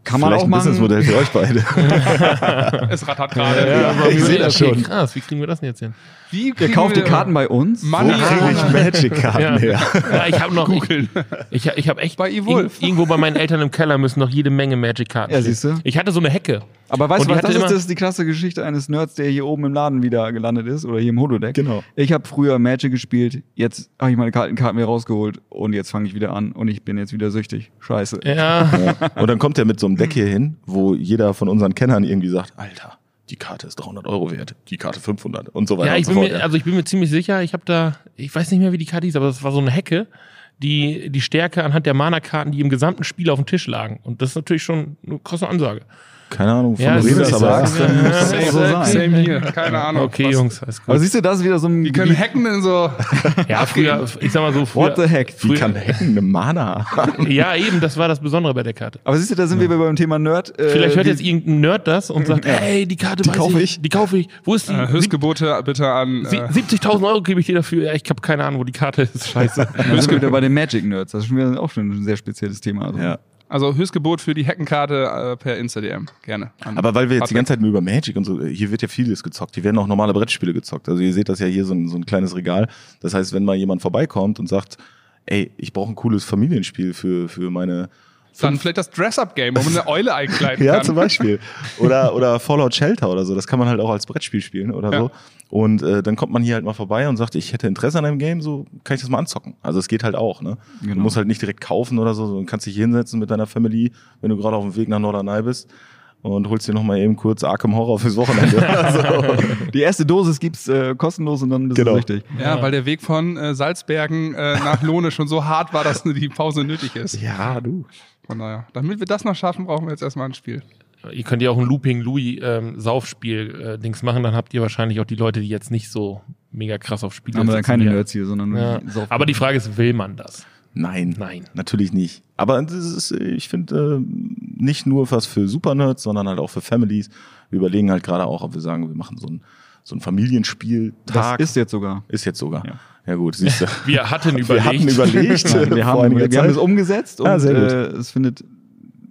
Kann man Vielleicht auch ein machen. Businessmodell für euch beide. Es rattert gerade. Ja, aber ich wie- sehe das okay, schon. Krass, wie kriegen wir das denn jetzt hin? Wie Der kriegen kauft die wir- Karten bei uns. Mann, Kriege ich Ja. Magic-Karten her? Ja, ich habe noch. Googeln. Ich, ich habe echt. Bei Evolve. irg- Irgendwo bei meinen Eltern im Keller müssen noch jede Menge Magic-Karten. Ja, stehen. siehst du? Ich hatte so eine Hecke. Aber weißt Und du die was, hatte das ist, immer- das ist die klasse Geschichte eines Nerds, der hier oben im Laden wieder gelandet ist oder hier im Holodeck. Genau. Ich habe früher Magic gespielt, jetzt habe ich meine Karten, Karten wieder rausgeholt und jetzt fange ich wieder an und ich bin jetzt wieder süchtig. Scheiße. Ja. Und dann kommt er mit so einem Deck hier hin, wo jeder von unseren Kennern irgendwie sagt, Alter, die Karte ist 300 Euro wert, die Karte 500 und so weiter Ja, ich und so bin fort. mir, ja. also ich bin mir ziemlich sicher, ich habe da, ich weiß nicht mehr, wie die Karte hieß, aber das war so eine Hecke, die die Stärke anhand der Mana-Karten, die im gesamten Spiel auf dem Tisch lagen. Und das ist natürlich schon eine krasse Ansage. Keine Ahnung, von ja, Ja, das du redest, würde ich aber sagen, das ist dann, ja. Das muss so Same, sein. same hier. Keine Ahnung. Okay, was- Jungs, alles Aber gut. Also siehst du, das ist wieder so ein Die können hacken in so. Ja, früher, ich sag mal so, früher. What the heck? wie kann Hacken eine Mana haben? Ja, eben, das war das Besondere bei der Karte. Aber siehst du, da sind wir beim Thema Nerd. Äh, Vielleicht hört die- jetzt irgendein Nerd das und sagt, hey, die Karte Die weiß kaufe ich. Die kaufe ich. Wo ist die? Äh, Sieb- Höchstgebote bitte an. sie- Äh, 70.000 Euro gebe ich dir dafür. Ja, ich habe keine Ahnung, wo die Karte ist. Scheiße. Da sind wir wieder bei den Magic Nerds. Das ist schon wieder auch schon ein sehr spezielles Thema. Also. Ja. also Höchstgebot für die Hackenkarte äh, per Insta-DM. Gerne. An- Aber weil wir jetzt die Patrick. ganze Zeit nur über Magic und so, äh, hier wird ja vieles gezockt. Hier werden auch normale Brettspiele gezockt. Also ihr seht das ja hier so ein, so ein kleines Regal. Das heißt, wenn mal jemand vorbeikommt und sagt, ey, ich brauche ein cooles Familienspiel für, für meine Dann vielleicht das Dress-Up-Game, wo man eine Eule einkleiden Ja, kann. zum Beispiel. Oder, oder Fallout Shelter oder so. Das kann man halt auch als Brettspiel spielen oder Ja. so. Und äh, dann kommt man hier halt mal vorbei und sagt, ich hätte Interesse an einem Game, so kann ich das mal anzocken. Also es geht halt auch. Ne? Du Genau. musst halt nicht direkt kaufen oder so, sondern kannst dich hier hinsetzen mit deiner Family, wenn du gerade auf dem Weg nach Norderney bist und holst dir nochmal eben kurz Arkham Horror fürs Wochenende. Also, oder so. Die erste Dosis gibt's äh, kostenlos und dann bist Genau. du richtig. Ja, weil der Weg von äh, Salzbergen äh, nach Lohne schon so hart war, dass die Pause nötig ist. ja, du. Von daher, damit wir das noch schaffen, brauchen wir jetzt erstmal ein Spiel. Ihr könnt ja auch ein Looping Louis ähm, Saufspiel äh, Dings machen, dann habt ihr wahrscheinlich auch die Leute, die jetzt nicht so mega krass auf Spiele Haben wir da sitzen keine hier. Nerds hier, sondern nur Ja. die Sauf- Aber die Frage ist, will man das? Nein. Nein. Natürlich nicht. Aber das ist, äh, ich finde, äh, nicht nur was für Supernerds, sondern halt auch für Families. Wir überlegen halt gerade auch, ob wir sagen, wir machen so ein, so ein das Familienspieltag. ist jetzt sogar. Ist jetzt sogar. Ja. Ja, gut, siehst du. Wir hatten Wir überlegt. hatten überlegt. Nein, wir vor haben, einiger wir haben Zeit. es umgesetzt und Ah, sehr gut. äh, es findet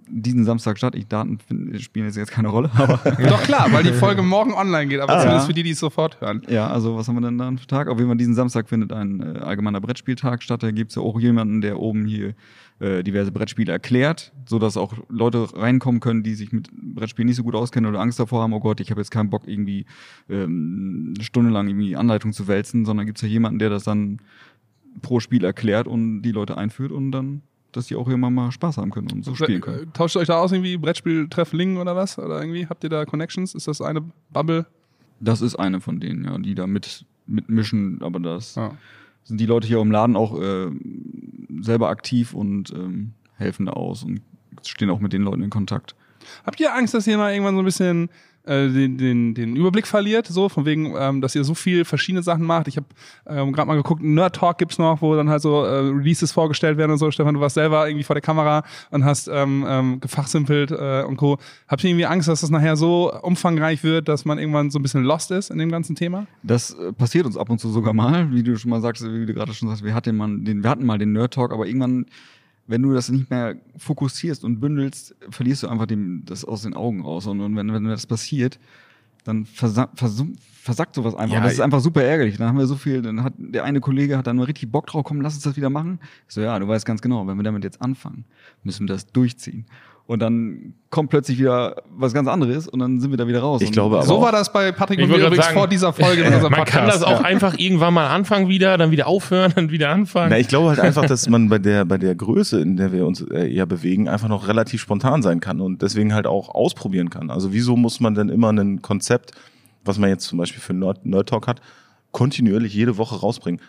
diesen Samstag statt. Ich Daten finden- spielen jetzt- jetzt keine Rolle, aber Doch klar, weil die Folge morgen online geht, aber Ah. zumindest Ja. für die, die es sofort hören. Ja, also was haben wir denn da für Tag? Auf jeden Fall diesen Samstag findet ein äh, allgemeiner Brettspieltag statt. Da gibt's ja auch jemanden, der oben hier äh, diverse Brettspiele erklärt, sodass auch Leute reinkommen können, die sich mit Brettspielen nicht so gut auskennen oder Angst davor haben, oh Gott, ich habe jetzt keinen Bock, irgendwie ähm, stundenlang irgendwie Anleitung zu wälzen, sondern gibt's ja jemanden, der das dann pro Spiel erklärt und die Leute einführt und dann, dass die auch immer mal Spaß haben können und so spielen können. Äh, Tauscht ihr euch da aus irgendwie Brettspieltreff Lingen oder was? Oder irgendwie? Habt ihr da Connections? Ist das eine Bubble? Das ist eine von denen, ja, die da mit, mitmischen, aber das Ja. sind die Leute hier im Laden auch äh, selber aktiv und ähm, helfen da aus und stehen auch mit den Leuten in Kontakt. Habt ihr Angst, dass ihr mal irgendwann so ein bisschen äh, den, den, den Überblick verliert, so von wegen, ähm, dass ihr so viel verschiedene Sachen macht. Ich habe ähm, gerade mal geguckt, Nerd Talk gibt's noch, wo dann halt so äh, Releases vorgestellt werden und so. Stefan, du warst selber irgendwie vor der Kamera und hast ähm, ähm, gefachsimpelt äh, und Co. Habt ihr irgendwie Angst, dass das nachher so umfangreich wird, dass man irgendwann so ein bisschen lost ist in dem ganzen Thema? Das äh, passiert uns ab und zu sogar mal, wie du schon mal sagst, wie du gerade schon sagst, wir hatten, mal den, wir hatten mal den Nerd Talk, aber irgendwann, wenn du das nicht mehr fokussierst und bündelst, verlierst du einfach den, das aus den Augen raus. Und, und wenn, wenn das passiert, dann versa versum- versackt sowas einfach. Ja, und das ist ich- einfach super ärgerlich. Dann haben wir so viel, dann hat der eine Kollege hat dann mal richtig Bock drauf, komm, lass uns das wieder machen. Ich so, ja, du weißt ganz genau, wenn wir damit jetzt anfangen, müssen wir das durchziehen. Und dann kommt plötzlich wieder was ganz anderes und dann sind wir da wieder raus. Ich Und glaube aber so auch- war das bei Patrick Ich und wollt mir grad übrigens sagen, vor dieser Folge in unserem Man Podcast. kann das auch einfach irgendwann mal anfangen wieder, dann wieder aufhören, dann wieder anfangen. Na, ich glaube halt einfach, dass man bei der, bei der Größe, in der wir uns äh, eher bewegen, einfach noch relativ spontan sein kann und deswegen halt auch ausprobieren kann. Also wieso muss man denn immer ein Konzept, was man jetzt zum Beispiel für Nerd, Nerd Talk hat, kontinuierlich jede Woche rausbringen,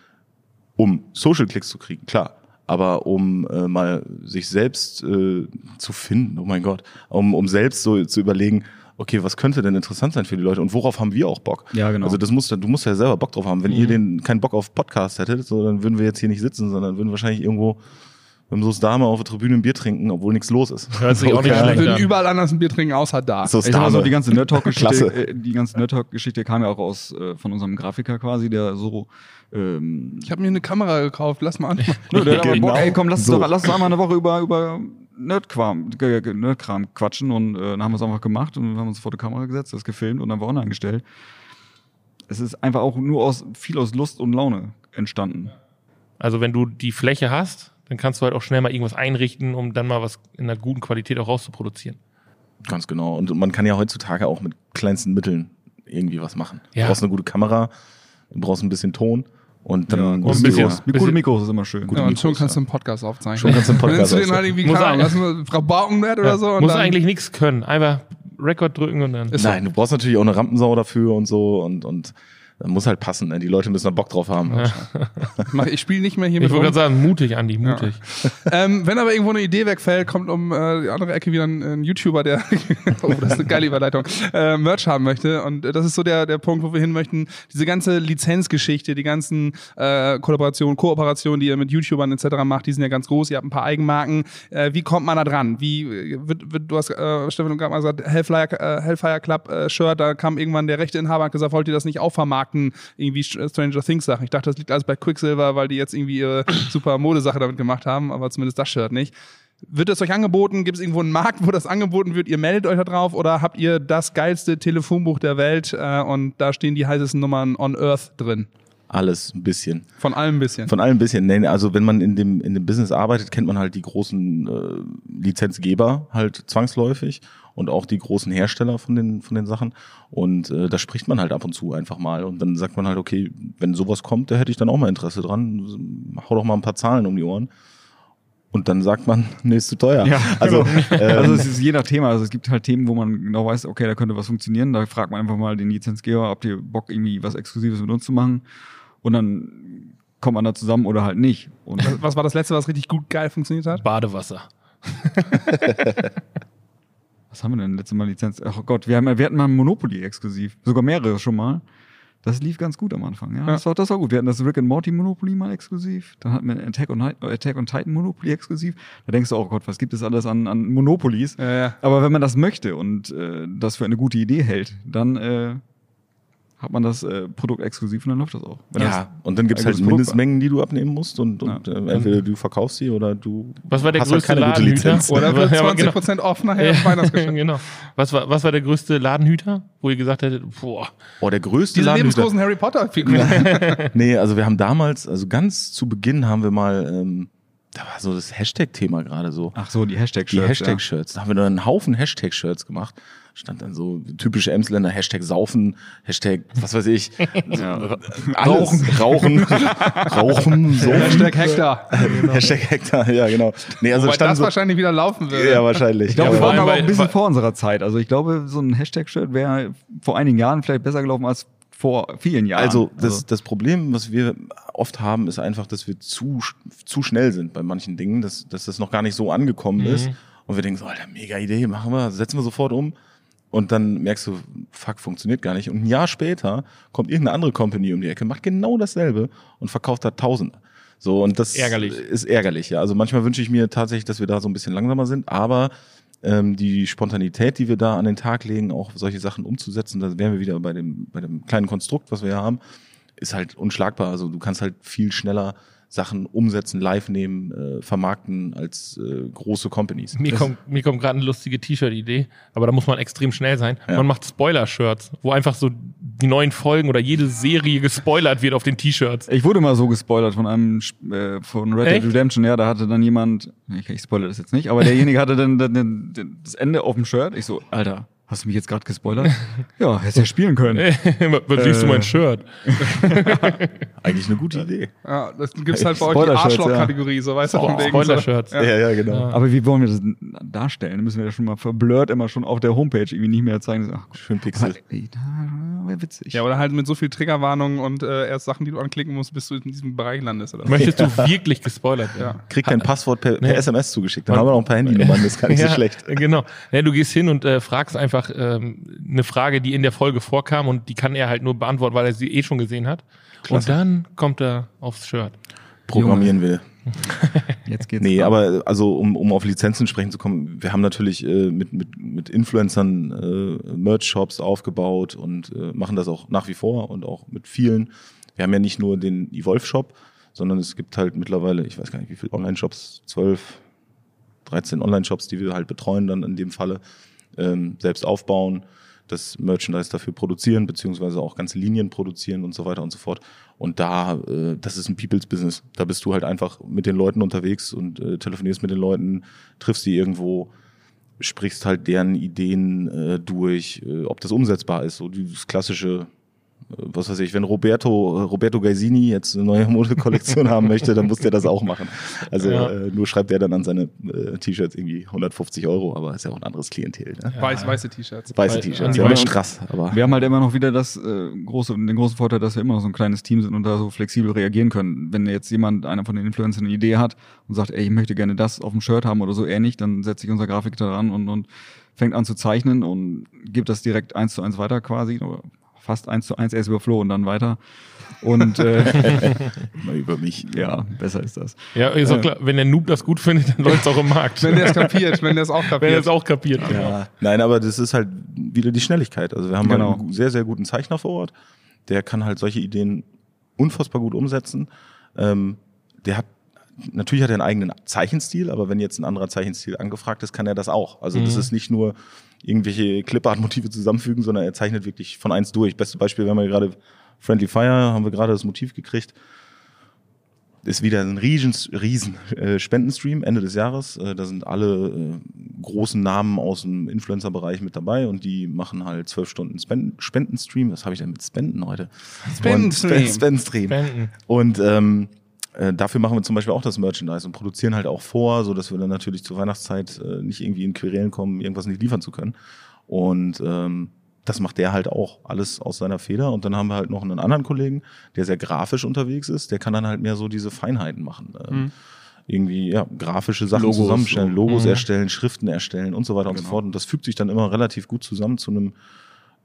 um Social Klicks zu kriegen, klar. Aber um äh, mal sich selbst äh, zu finden, oh mein Gott, um, um selbst so zu überlegen, okay, was könnte denn interessant sein für die Leute und worauf haben wir auch Bock? Ja, genau. Mhm. Also das musst, du- du musst ja selber Bock drauf haben. Wenn ihr den keinen Bock auf Podcast hättet, so, dann würden wir jetzt hier nicht sitzen, sondern würden wahrscheinlich irgendwo mit dem Soße Dame auf der Tribüne ein Bier trinken, obwohl nichts los ist. Hört sich auch Okay. nicht Wir schlecht würden an. überall anders ein Bier trinken, außer da. Soße Ich sag mal so, Dame. die ganze Klasse. Nerd-Talk-Geschichte, äh, die ganze Nerd-Talk-Geschichte kam ja auch aus äh, von unserem Grafiker quasi, der so ähm, Ich habe mir eine Kamera gekauft, lass mal an. nö, der hat aber Genau. Bock, ey komm, lass uns So. doch, lass uns einmal eine Woche über, über Nerdquam, ge- ge- Nerdkram quatschen und äh, dann haben wir es einfach gemacht und haben uns vor die Kamera gesetzt, das gefilmt und dann war online gestellt. Es ist einfach auch nur aus viel aus Lust und Laune entstanden. Also wenn du die Fläche hast, dann kannst du halt auch schnell mal irgendwas einrichten, um dann mal was in einer guten Qualität auch rauszuproduzieren. Ganz genau. Und man kann ja heutzutage auch mit kleinsten Mitteln irgendwie was machen. Ja. Du brauchst eine gute Kamera, du brauchst ein bisschen Ton und dann gute ein bisschen- Mikros, gute bisschen- Mikros ist immer schön. Ja, und schon Mikros, kannst du einen Podcast aufzeichnen. Schon kannst du einen Podcast Dann nennst du den halt irgendwie, Muss keine Ahnung, ein- lass mal Frau Baukenwert oder so. Also Und Muss dann eigentlich nichts können. Einfach Rekord drücken und dann. ist Nein, du brauchst natürlich auch eine Rampensau dafür und so und, und dann muss halt passen. Ne? Die Leute müssen da Bock drauf haben. Mach- Ich spiele nicht mehr hier Ich mit wollte gerade rum. sagen, mutig, Andi, mutig. Ähm, wenn aber irgendwo eine Idee wegfällt, kommt um äh, die andere Ecke wieder ein, ein YouTuber, der oh, das ist eine geile Überleitung, äh, Merch haben möchte. Und äh, das ist so der, der Punkt, wo wir hin möchten. Diese ganze Lizenzgeschichte, die ganzen äh, Kollaborationen, Kooperationen, die ihr mit YouTubern etc. macht, die sind ja ganz groß. Ihr habt ein paar Eigenmarken. Äh, wie kommt man da dran? Wie äh, wird, wird du hast, äh, Stefan, gerade mal gesagt, Hellfire, äh, Hellfire Club äh, Shirt, da kam irgendwann der Rechteinhaber und hat gesagt, wollt ihr das nicht auch vermarkten? Irgendwie St- äh, Stranger Things Sachen. Ich dachte, das liegt alles bei Quicksilver, weil die jetzt irgendwie ihre super Modesache damit gemacht haben, aber zumindest das Shirt nicht. Wird das euch angeboten? Gibt es irgendwo einen Markt, wo das angeboten wird? Ihr meldet euch da drauf oder habt ihr das geilste Telefonbuch der Welt äh, und da stehen die heißesten Nummern on Earth drin? Alles ein bisschen. Von allem ein bisschen. Von allem ein bisschen. Nein, also wenn man in dem, in dem Business arbeitet, kennt man halt die großen äh, Lizenzgeber halt zwangsläufig und auch die großen Hersteller von den, von den Sachen. Und äh, da spricht man halt ab und zu einfach mal. Und dann sagt man halt, okay, wenn sowas kommt, da hätte ich dann auch mal Interesse dran. Hau doch mal ein paar Zahlen um die Ohren. Und dann sagt man, nee, ist zu teuer. Ja, also, ähm, Also es ist je nach Thema. Also es gibt halt Themen, wo man genau weiß, okay, da könnte was funktionieren. Da fragt man einfach mal den Lizenzgeber, ob ihr Bock irgendwie was Exklusives mit uns zu machen. Und dann kommt man da zusammen oder halt nicht. Und Was- Was war das letzte, was richtig gut geil funktioniert hat? Badewasser. was haben wir denn letzte Mal Lizenz? Ach oh Gott, wir, haben, wir hatten mal Monopoly exklusiv. Sogar mehrere schon mal. Das lief ganz gut am Anfang. Ja, Das, war, das war gut. Wir hatten das Rick and Morty Monopoly mal exklusiv. Dann hatten wir Attack on, Hi- Attack on Titan Monopoly exklusiv. Da denkst du, oh Gott, was gibt es alles an, an Monopolies? Ja, ja. Aber wenn man das möchte und äh, das für eine gute Idee hält, dann äh, hat man das äh, Produkt exklusiv und dann läuft das auch. Wenn Ja, und dann gibt es ein halt gutes Produkt Mindestmengen, die du abnehmen musst und, und äh, entweder du verkaufst sie oder du Was war der hast halt größte keine gute Ladenhüter? Lizenz. Oder für Ja, aber genau. 20% off nachher im Weihnachtsgeschenk. genau. Was war, was war der größte Ladenhüter, wo ihr gesagt hättet, boah, Oh, der größte Diese Ladenhüter. lebensgroßen Harry Potter-Figuren. Nee, also wir haben damals, also ganz zu Beginn haben wir mal, ähm, da war so das Hashtag-Thema gerade so. Ach so, die Hashtag-Shirts. Die ja. Hashtag-Shirts. Da haben wir dann einen Haufen Hashtag-Shirts gemacht. Stand dann so typische Emsländer, Hashtag saufen, Hashtag, was weiß ich, alles, rauchen, rauchen, saufen, Hashtag Hector. Hashtag genau. Hektar, ja genau. Nee, also Weil stand das so, wahrscheinlich wieder laufen würde. ja wahrscheinlich. Ich glaube, wir Ja, aber- waren allem aber auch bei- ein bisschen bei- vor unserer Zeit. Also ich glaube, so ein Hashtag-Shirt wäre vor einigen Jahren vielleicht besser gelaufen als vor vielen Jahren. Also das, das Problem, was wir oft haben, ist einfach, dass wir zu, sch- zu schnell sind bei manchen Dingen, dass, dass das noch gar nicht so angekommen ist. Und wir denken so, Alter, mega Idee, machen wir, setzen wir sofort um. Und dann merkst du, fuck, funktioniert gar nicht. Und ein Jahr später kommt irgendeine andere Company um die Ecke, macht genau dasselbe und verkauft da Tausende. So, und das Ärgerlich. ist ärgerlich, ja. Also manchmal wünsche ich mir tatsächlich, dass wir da so ein bisschen langsamer sind, aber ähm, die Spontanität, die wir da an den Tag legen, auch solche Sachen umzusetzen, da wären wir wieder bei dem, bei dem kleinen Konstrukt, was wir ja haben, ist halt unschlagbar. Also du kannst halt viel schneller Sachen umsetzen, live nehmen, äh, vermarkten als äh, große Companies. mir Das- kommt, mir kommt gerade eine lustige T-Shirt-Idee, aber da muss man extrem schnell sein. Ja. Man macht Spoiler-Shirts, wo einfach so die neuen Folgen oder jede Serie gespoilert wird auf den T-Shirts. Ich wurde mal so gespoilert von einem Sch- äh, von Red Echt? Dead Redemption, ja, da hatte dann jemand, ich, ich spoilere das jetzt nicht, aber derjenige hatte dann, dann, dann, dann das Ende auf dem Shirt. Ich so, Alter, hast du mich jetzt gerade gespoilert? ja, hättest ja spielen können. Was siehst Äh. du mein Shirt? Eigentlich eine gute Idee. Ja, das gibt's halt bei euch die Spoiler-Shirts, Arschloch-Kategorie, so weißt du, von wegen. So. Spoiler-Shirts. Ja, ja, genau. Aber wie wollen wir das denn darstellen? Müssen wir das schon mal verblurrt immer schon auf der Homepage irgendwie nicht mehr zeigen. Ach, Gott, Schön Pixel. ey, da wäre witzig. Ja, oder halt mit so viel Triggerwarnungen und äh, erst Sachen, die du anklicken musst, bis du in diesem Bereich landest. Oder? was. Möchtest du wirklich gespoilert werden? Krieg dein Passwort per, per Nee. SMS zugeschickt. Dann haben wir noch ein paar Handynummern, das ist gar nicht so schlecht. Genau. Ja, du gehst hin und äh, fragst einfach ähm, eine Frage, die in der Folge vorkam und die kann er halt nur beantworten, weil er sie eh schon gesehen hat. Und dann kommt er aufs Shirt. Programmieren wir. Jetzt geht's. Nee, ab. aber also um, um auf Lizenzen sprechen zu kommen, wir haben natürlich äh, mit, mit, mit Influencern äh, Merch-Shops aufgebaut und äh, machen das auch nach wie vor und auch mit vielen. Wir haben ja nicht nur den Evolve-Shop, sondern es gibt halt mittlerweile, ich weiß gar nicht, wie viele Online-Shops, zwölf, 13 Online-Shops, die wir halt betreuen, dann in dem Falle ähm, selbst aufbauen, das Merchandise dafür produzieren, beziehungsweise auch ganze Linien produzieren und so weiter und so fort. Und da, äh, das ist ein People's-Business. Da bist du halt einfach mit den Leuten unterwegs und äh, telefonierst mit den Leuten, triffst sie irgendwo, sprichst halt deren Ideen äh, durch, äh, ob das umsetzbar ist. So dieses klassische, äh, was weiß ich, wenn Roberto, äh, Roberto Gaisini jetzt eine neue Modekollektion haben möchte, dann muss der das auch machen. Also Ja. äh, nur schreibt der dann an seine äh, T-Shirts irgendwie 150 Euro, aber ist ja auch ein anderes Klientel. Ne? Weiß, weiße T-Shirts. Weiße Weil- T-Shirts, an die ja, Weißen- strass, aber Wir haben halt immer noch wieder das äh, große, den großen Vorteil, dass wir immer noch so ein kleines Team sind und da so flexibel reagieren können. Wenn jetzt jemand, einer von den Influencern, eine Idee hat und sagt, ey, ich möchte gerne das auf dem Shirt haben oder so ähnlich, dann setzt sich unser Grafiker daran und, und fängt an zu zeichnen und gibt das direkt eins zu eins weiter quasi. Oder fast eins zu eins erst über Flo und dann weiter. Und äh, mal über mich. ja, besser ist das. Ja, ist auch klar, wenn der Noob das gut findet, dann läuft's auch im Markt. Wenn der es kapiert, wenn der es auch Wenn er kapiert. es auch kapiert. genau. Ja. Nein, aber das ist halt wieder die Schnelligkeit. Also wir haben Genau. halt einen gu- sehr, sehr guten Zeichner vor Ort. Der kann halt solche Ideen unfassbar gut umsetzen. Ähm, der hat natürlich hat er einen eigenen Zeichenstil, aber wenn jetzt ein anderer Zeichenstil angefragt ist, kann er das auch. Also das ist nicht nur irgendwelche Clipart-Motive zusammenfügen, sondern er zeichnet wirklich von eins durch. Beste Beispiel, wir haben ja gerade Friendly Fire, haben wir gerade das Motiv gekriegt. ist wieder ein riesen, riesen äh, Spendenstream Ende des Jahres. Äh, da sind alle äh, großen Namen aus dem Influencer-Bereich mit dabei und die machen halt zwölf Stunden Spenden, Spendenstream. Was habe ich denn mit Spenden heute? Spendenstream. Und- Spendenstream. Spenden. Und ähm, äh, dafür machen wir zum Beispiel auch das Merchandise und produzieren halt auch vor, so dass wir dann natürlich zur Weihnachtszeit äh, nicht irgendwie in Querelen kommen, irgendwas nicht liefern zu können. Und ähm, das macht der halt auch alles aus seiner Feder. Und dann haben wir halt noch einen anderen Kollegen, der sehr grafisch unterwegs ist. Der kann dann halt mehr so diese Feinheiten machen. Ähm, Irgendwie ja, grafische Sachen Logos zusammenstellen, und- Logos Mhm. erstellen, Schriften erstellen und so weiter und so fort. Und das fügt sich dann immer relativ gut zusammen zu einem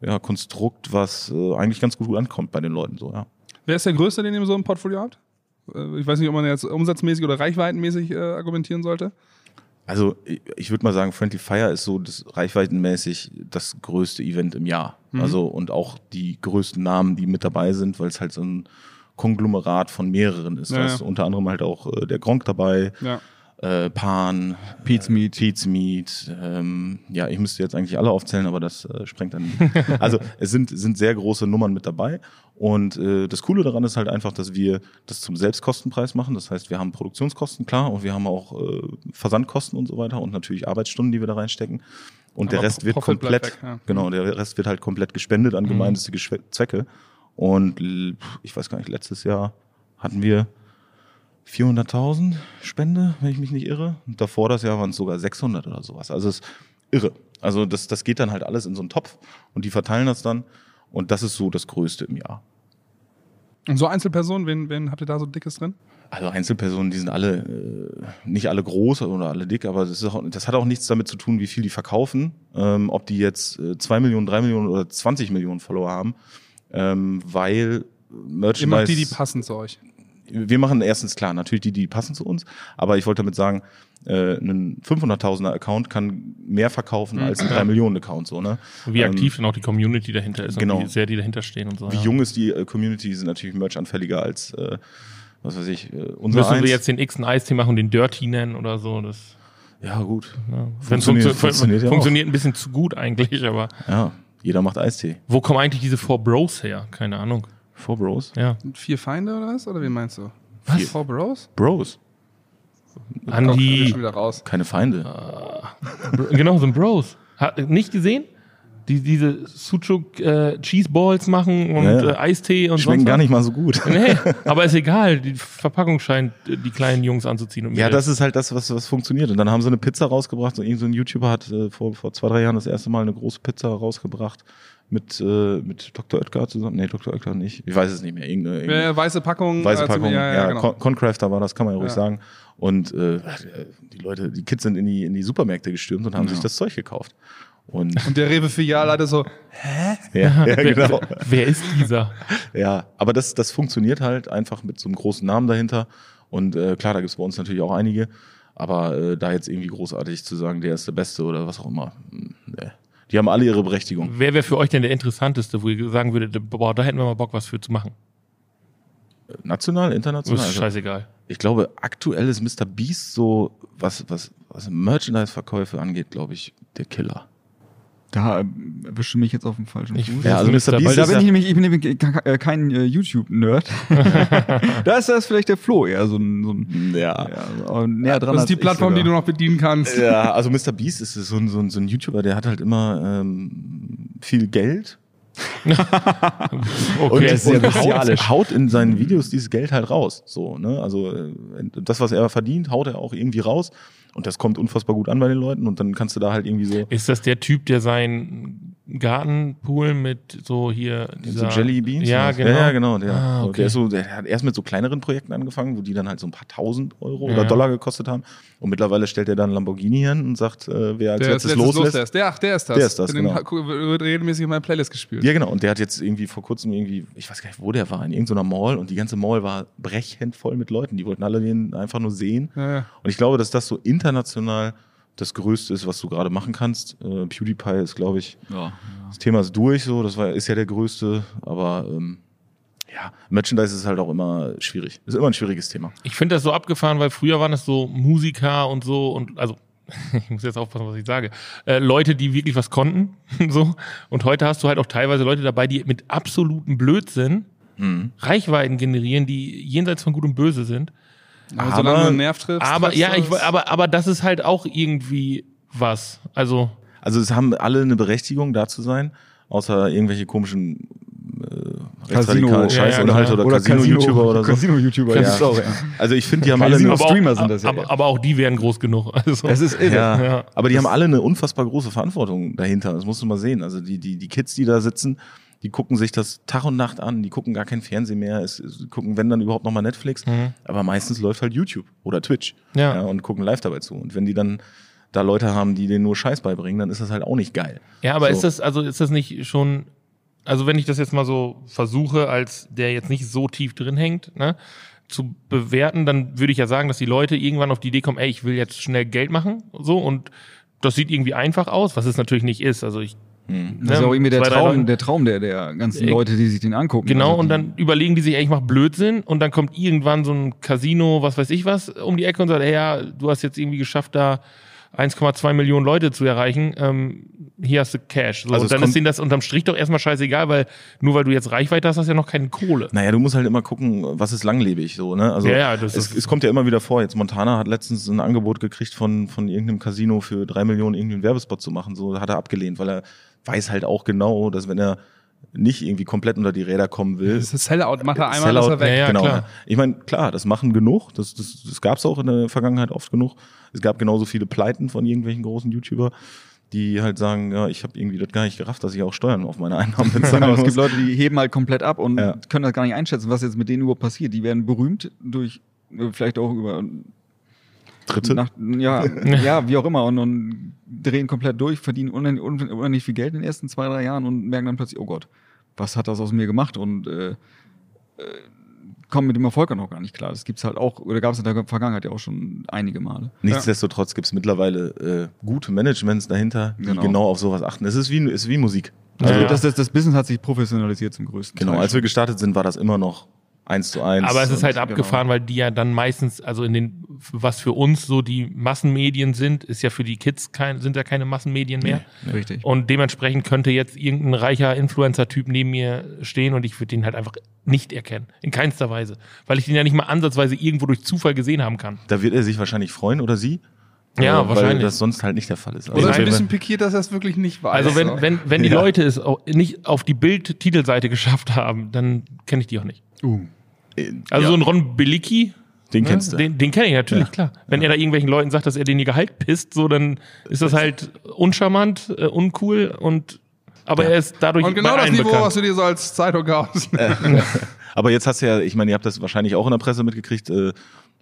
ja, Konstrukt, was äh, eigentlich ganz gut ankommt bei den Leuten. So, ja. Wer ist der Größte, den ihr so im Portfolio habt? Äh, Ich weiß nicht, ob man jetzt umsatzmäßig oder reichweitenmäßig äh, argumentieren sollte. Also ich- ich würde mal sagen, Friendly Fire ist so das reichweitenmäßig das größte Event im Jahr. Mhm. Also und auch die größten Namen, die mit dabei sind, weil es halt so ein Konglomerat von mehreren ist. Ja, da ist ja. unter anderem halt auch äh, der Gronk dabei, Ja. äh, Pan, äh, Pete's Meat. Pete's Meat. Ähm, ja, ich müsste jetzt eigentlich alle aufzählen, aber das äh, sprengt dann. also es sind, sind sehr große Nummern mit dabei. Und äh, das Coole daran ist halt einfach, dass wir das zum Selbstkostenpreis machen. Das heißt, wir haben Produktionskosten, klar, und wir haben auch äh, Versandkosten und so weiter und natürlich Arbeitsstunden, die wir da reinstecken. Und der Aber Rest wird Profit bleibt komplett, weg, ja. Mhm. genau, der Rest wird halt komplett gespendet an gemeinnützige Schwe- Zwecke. Und l- pf, ich weiß gar nicht, letztes Jahr hatten wir 400.000 Spende, wenn ich mich nicht irre. Und davor das Jahr waren es sogar 600 oder sowas. Also es ist irre. Also das, das geht dann halt alles in so einen Topf und die verteilen das dann. Und das ist so das Größte im Jahr. Und so Einzelpersonen, wen, wen habt ihr da so Dickes drin? Also Einzelpersonen, die sind alle äh, nicht alle groß oder alle dick, aber das, ist auch, das hat auch nichts damit zu tun, wie viel die verkaufen. Ähm, ob die jetzt äh, 2 Millionen, 3 Millionen oder 20 Millionen Follower haben, ähm, weil Merchandise... Ihr macht die, die passen zu euch. wir machen erstens klar, natürlich die, die passen zu uns, aber ich wollte damit sagen, äh, ein 500.000er Account kann mehr verkaufen als ein 3 Millionen Account, so, ne? Mhm. Wie Ähm, aktiv dann auch die Community dahinter ist genau. und wie sehr die dahinter stehen und so. Wie ja. jung ist die äh, Community, die sind natürlich merchanfälliger als, äh, was weiß ich, äh, unser Müssen wir eins. jetzt den x Eistee machen und den Dirty nennen oder so? Das Ja, gut. ja. Funktioniert- funktioniert Funktioniert, funktioniert, ja auch. ein bisschen zu gut eigentlich, aber Ja, jeder macht Eistee. wo kommen eigentlich diese Four Bros her? Keine Ahnung. Four Bros. Ja. Vier Feinde oder was? Oder wie meinst du? Was? Four Bros? Bros, Komm, ich bin Andi. schon wieder raus. keine Feinde. Br- genau, so ein Bros. Ha, nicht gesehen? Die diese Sucuk äh, Cheeseballs machen und Ja, ja. Äh, Eistee und Schmecken sonst gar was. nicht mal so gut. Nee, aber ist egal. Die Verpackung scheint äh, die kleinen Jungs anzuziehen. Und Äh, Ja, Mädels. das ist halt das, was, was funktioniert. Und dann haben sie eine Pizza rausgebracht. So, irgend so ein YouTuber hat äh, vor, vor zwei, drei Jahren das erste Mal eine große Pizza rausgebracht mit, äh, mit Dr. Oetker zusammen. Nee, Dr. Oetker nicht. Ich weiß es nicht mehr. Irgendeine, irgendeine Äh, weiße Packung. weiße äh, zum- Packung. Ja, ja, genau. Con- Concrafter war das, kann man ja ruhig Ja. sagen. Und äh, die Leute, die Kids sind in die, in die Supermärkte gestürmt und haben sich das Zeug gekauft. Und Und der Rewe-Filial hatte so, ja, ja, wer, genau. wer, wer ist dieser? Ja, aber das, das funktioniert halt einfach mit so einem großen Namen dahinter. Und äh, klar, da gibt's bei uns natürlich auch einige. Aber äh, da jetzt irgendwie großartig zu sagen, der ist der Beste oder was auch immer, hm, nee. die haben alle ihre Mhm. Berechtigung. Wer wäre für euch denn der interessanteste, wo ihr sagen würdet, äh, boah, da hätten wir mal Bock, was für zu machen? National, Das international. ist Also, scheißegal. ich glaube, aktuell ist Mr. Beast so, was, was, was Merchandise-Verkäufe angeht, glaube ich, der Killer. Da ähm, erwische mich jetzt auf dem falschen Ich- Fuß. Ja, also Mr. Weil Beast da ist bin ja- ich nämlich, ich bin nämlich ke- ke- kein äh, YouTube-Nerd. da ist das vielleicht der Flo eher so ein, so ein Ja. ja, so äh, näher das dran. ist als die ich Plattform, die sogar. du noch bedienen kannst. Ja, also Mr. Beast ist so ein, so ein, so ein YouTuber, der hat halt immer ähm, viel Geld Okay. Und, er ist sehr und haut, bestialisch. haut in seinen Videos dieses Geld halt raus. So, ne? Also äh, das, was er verdient, haut er auch irgendwie raus. Und das kommt unfassbar gut an bei den Leuten. Und dann kannst du da halt irgendwie so, Ist das der Typ, der seinen Gartenpool mit so hier so dieser Jelly Beans. oder Ja, was? genau. Ja, ja, genau. Der, Ah, okay. der, ist so, der hat erst mit so kleineren Projekten angefangen, wo die dann halt so ein paar tausend Euro Ja, oder ja. Dollar gekostet haben. Und mittlerweile stellt er dann Lamborghini hin und sagt, äh, wer als Der ist letztes, letztes loslässt. loslässt. Der, ach, der ist das. Der ist das, Den genau. ha- gu- wird regelmäßig in meiner Playlist gespielt. Ja, genau. Und der hat jetzt irgendwie vor kurzem irgendwie, ich weiß gar nicht, wo der war, in irgendeiner Mall und die ganze Mall war brechend voll mit Leuten. Die wollten alle den einfach nur sehen. Ja, ja. Und ich glaube, dass das so international das Größte ist, was du gerade machen kannst. Äh, PewDiePie ist, glaube ich, Ja. das Thema ist durch, so, das war, ist ja der Größte, aber ähm, ja, Merchandise ist halt auch immer schwierig. Ist immer ein schwieriges Thema. Ich finde das so abgefahren, weil früher waren das so Musiker und so und also ich muss jetzt aufpassen, was ich sage. Äh, Leute, die wirklich was konnten, so. Und heute hast du halt auch teilweise Leute dabei, die mit absolutem Blödsinn Mhm. Reichweiten generieren, die jenseits von Gut und Böse sind. Aber Aber- solange du einen Nerv triffst. Aber triffst ja, du ich, es. aber aber das ist halt auch irgendwie was. Also Also es haben alle eine Berechtigung, da zu sein, außer irgendwelche komischen äh, rechtsradikalen Casino- Scheißinhalte Ja, ja, oder, Casino-YouTuber oder so. Casino-YouTuber, Ja. ja. Auch, ja. Also ich finde, die haben alle Casino- eine, aber, Streamer auch, sind das ja, aber, ja. aber auch die wären groß genug. Also Es ist irre. Ja, Ja. aber die haben alle eine unfassbar große Verantwortung dahinter. Das musst du mal sehen. Also die, die, die Kids, die da sitzen, die gucken sich das Tag und Nacht an, die gucken gar kein Fernsehen mehr, es, es, gucken, wenn dann überhaupt nochmal Netflix. Aber meistens läuft halt YouTube oder Twitch Ja. und gucken live dabei zu. Und wenn die dann da Leute haben, die denen nur Scheiß beibringen, dann ist das halt auch nicht geil. Ja, aber So. ist das also ist das nicht schon also wenn ich das jetzt mal so versuche, als der jetzt nicht so tief drin hängt, ne, zu bewerten, dann würde ich ja sagen, dass die Leute irgendwann auf die Idee kommen, ey, ich will jetzt schnell Geld machen, so und das sieht irgendwie einfach aus, was es natürlich nicht ist. Also ich Hm. Das ist ne, auch irgendwie der zwei, drei Traum, Leute- der Traum der, der ganzen Äh, Leute, die sich den angucken. Genau, Also Mhm. und die- dann überlegen die sich, ey, ich mach Blödsinn und dann kommt irgendwann so ein Casino, was weiß ich was, um die Ecke und sagt, ey, ja, du hast jetzt irgendwie geschafft, da 1,2 Millionen Leute zu erreichen, ähm, hier hast du Cash. So, Also es und dann kommt- ist denen das unterm Strich doch erstmal scheißegal, weil nur weil du jetzt Reichweite hast, hast du ja noch keine Kohle. Naja, du musst halt immer gucken, was ist langlebig so, ne? Also Ja, ja, das es, ist- es kommt ja immer wieder vor. Jetzt Montana hat letztens ein Angebot gekriegt von, von irgendeinem Casino für drei Millionen irgendeinen Werbespot zu machen. So hat er abgelehnt, weil er weiß halt auch genau, dass wenn er nicht irgendwie komplett unter die Räder kommen will, Das ist Sellout, macht er einmal, ist er weg. ja, ja, genau. klar. ne? Ich meine, klar, das machen genug. Das, das, das gab es auch in der Vergangenheit oft genug. Es gab genauso viele Pleiten von irgendwelchen großen YouTuber, die halt sagen, ja, ich habe irgendwie das gar nicht gerafft, dass ich auch Steuern auf meine Einnahmen bezahlen Genau, muss. es gibt Leute, die heben halt komplett ab und Ja. können das gar nicht einschätzen, was jetzt mit denen überhaupt passiert. Die werden berühmt durch, äh, vielleicht auch über, Dritte. nach, ja, ja, wie auch immer und, und drehen komplett durch, verdienen unendlich, unendlich viel Geld in den ersten zwei, drei Jahren und merken dann plötzlich, oh Gott, was hat das aus mir gemacht und äh, äh, kommen mit dem Erfolg auch noch gar nicht klar. Das gibt's halt auch, oder gab es in der Vergangenheit ja auch schon einige Male. Nichtsdestotrotz gibt's mittlerweile äh, gute Managements dahinter, die Genau. genau. auf sowas achten. Es ist wie, es ist wie Musik. Also Ja. das, das, das Business hat sich professionalisiert zum größten Genau, Teil. als wir gestartet sind, war das immer noch eins zu eins. Aber es ist Und- halt abgefahren, weil die ja dann meistens, also in den, was für uns so die Massenmedien sind, ist ja für die Kids kein, sind ja keine Massenmedien mehr. Richtig. Und dementsprechend könnte jetzt irgendein reicher Influencer-Typ neben mir stehen und ich würde den halt einfach nicht erkennen. In keinster Weise. Weil ich den ja nicht mal ansatzweise irgendwo durch Zufall gesehen haben kann. Da wird er sich wahrscheinlich freuen oder sie. äh, Ja, Weil wahrscheinlich. das sonst halt nicht der Fall ist. Oder ist Nein, ein wenn wir- bisschen pikiert, dass er es wirklich nicht weiß. Also wenn, wenn, wenn die Ja. Leute es au- nicht auf die Bild-Titelseite geschafft haben, dann kenne ich die auch nicht. Uh. äh, Also ja, so ein Ron Belicki, den ne? kennst du. Den, den kenne ich natürlich, klar. Wenn er da irgendwelchen Leuten sagt, dass er den ihr Gehalt pisst, so dann ist das halt uncharmant, äh, uncool und aber er ist dadurch Und genau bei das allen Niveau, bekannt. was du dir so als Zeitung kaufst. Aber jetzt hast du ja, ich meine, ihr habt das wahrscheinlich auch in der Presse mitgekriegt, äh,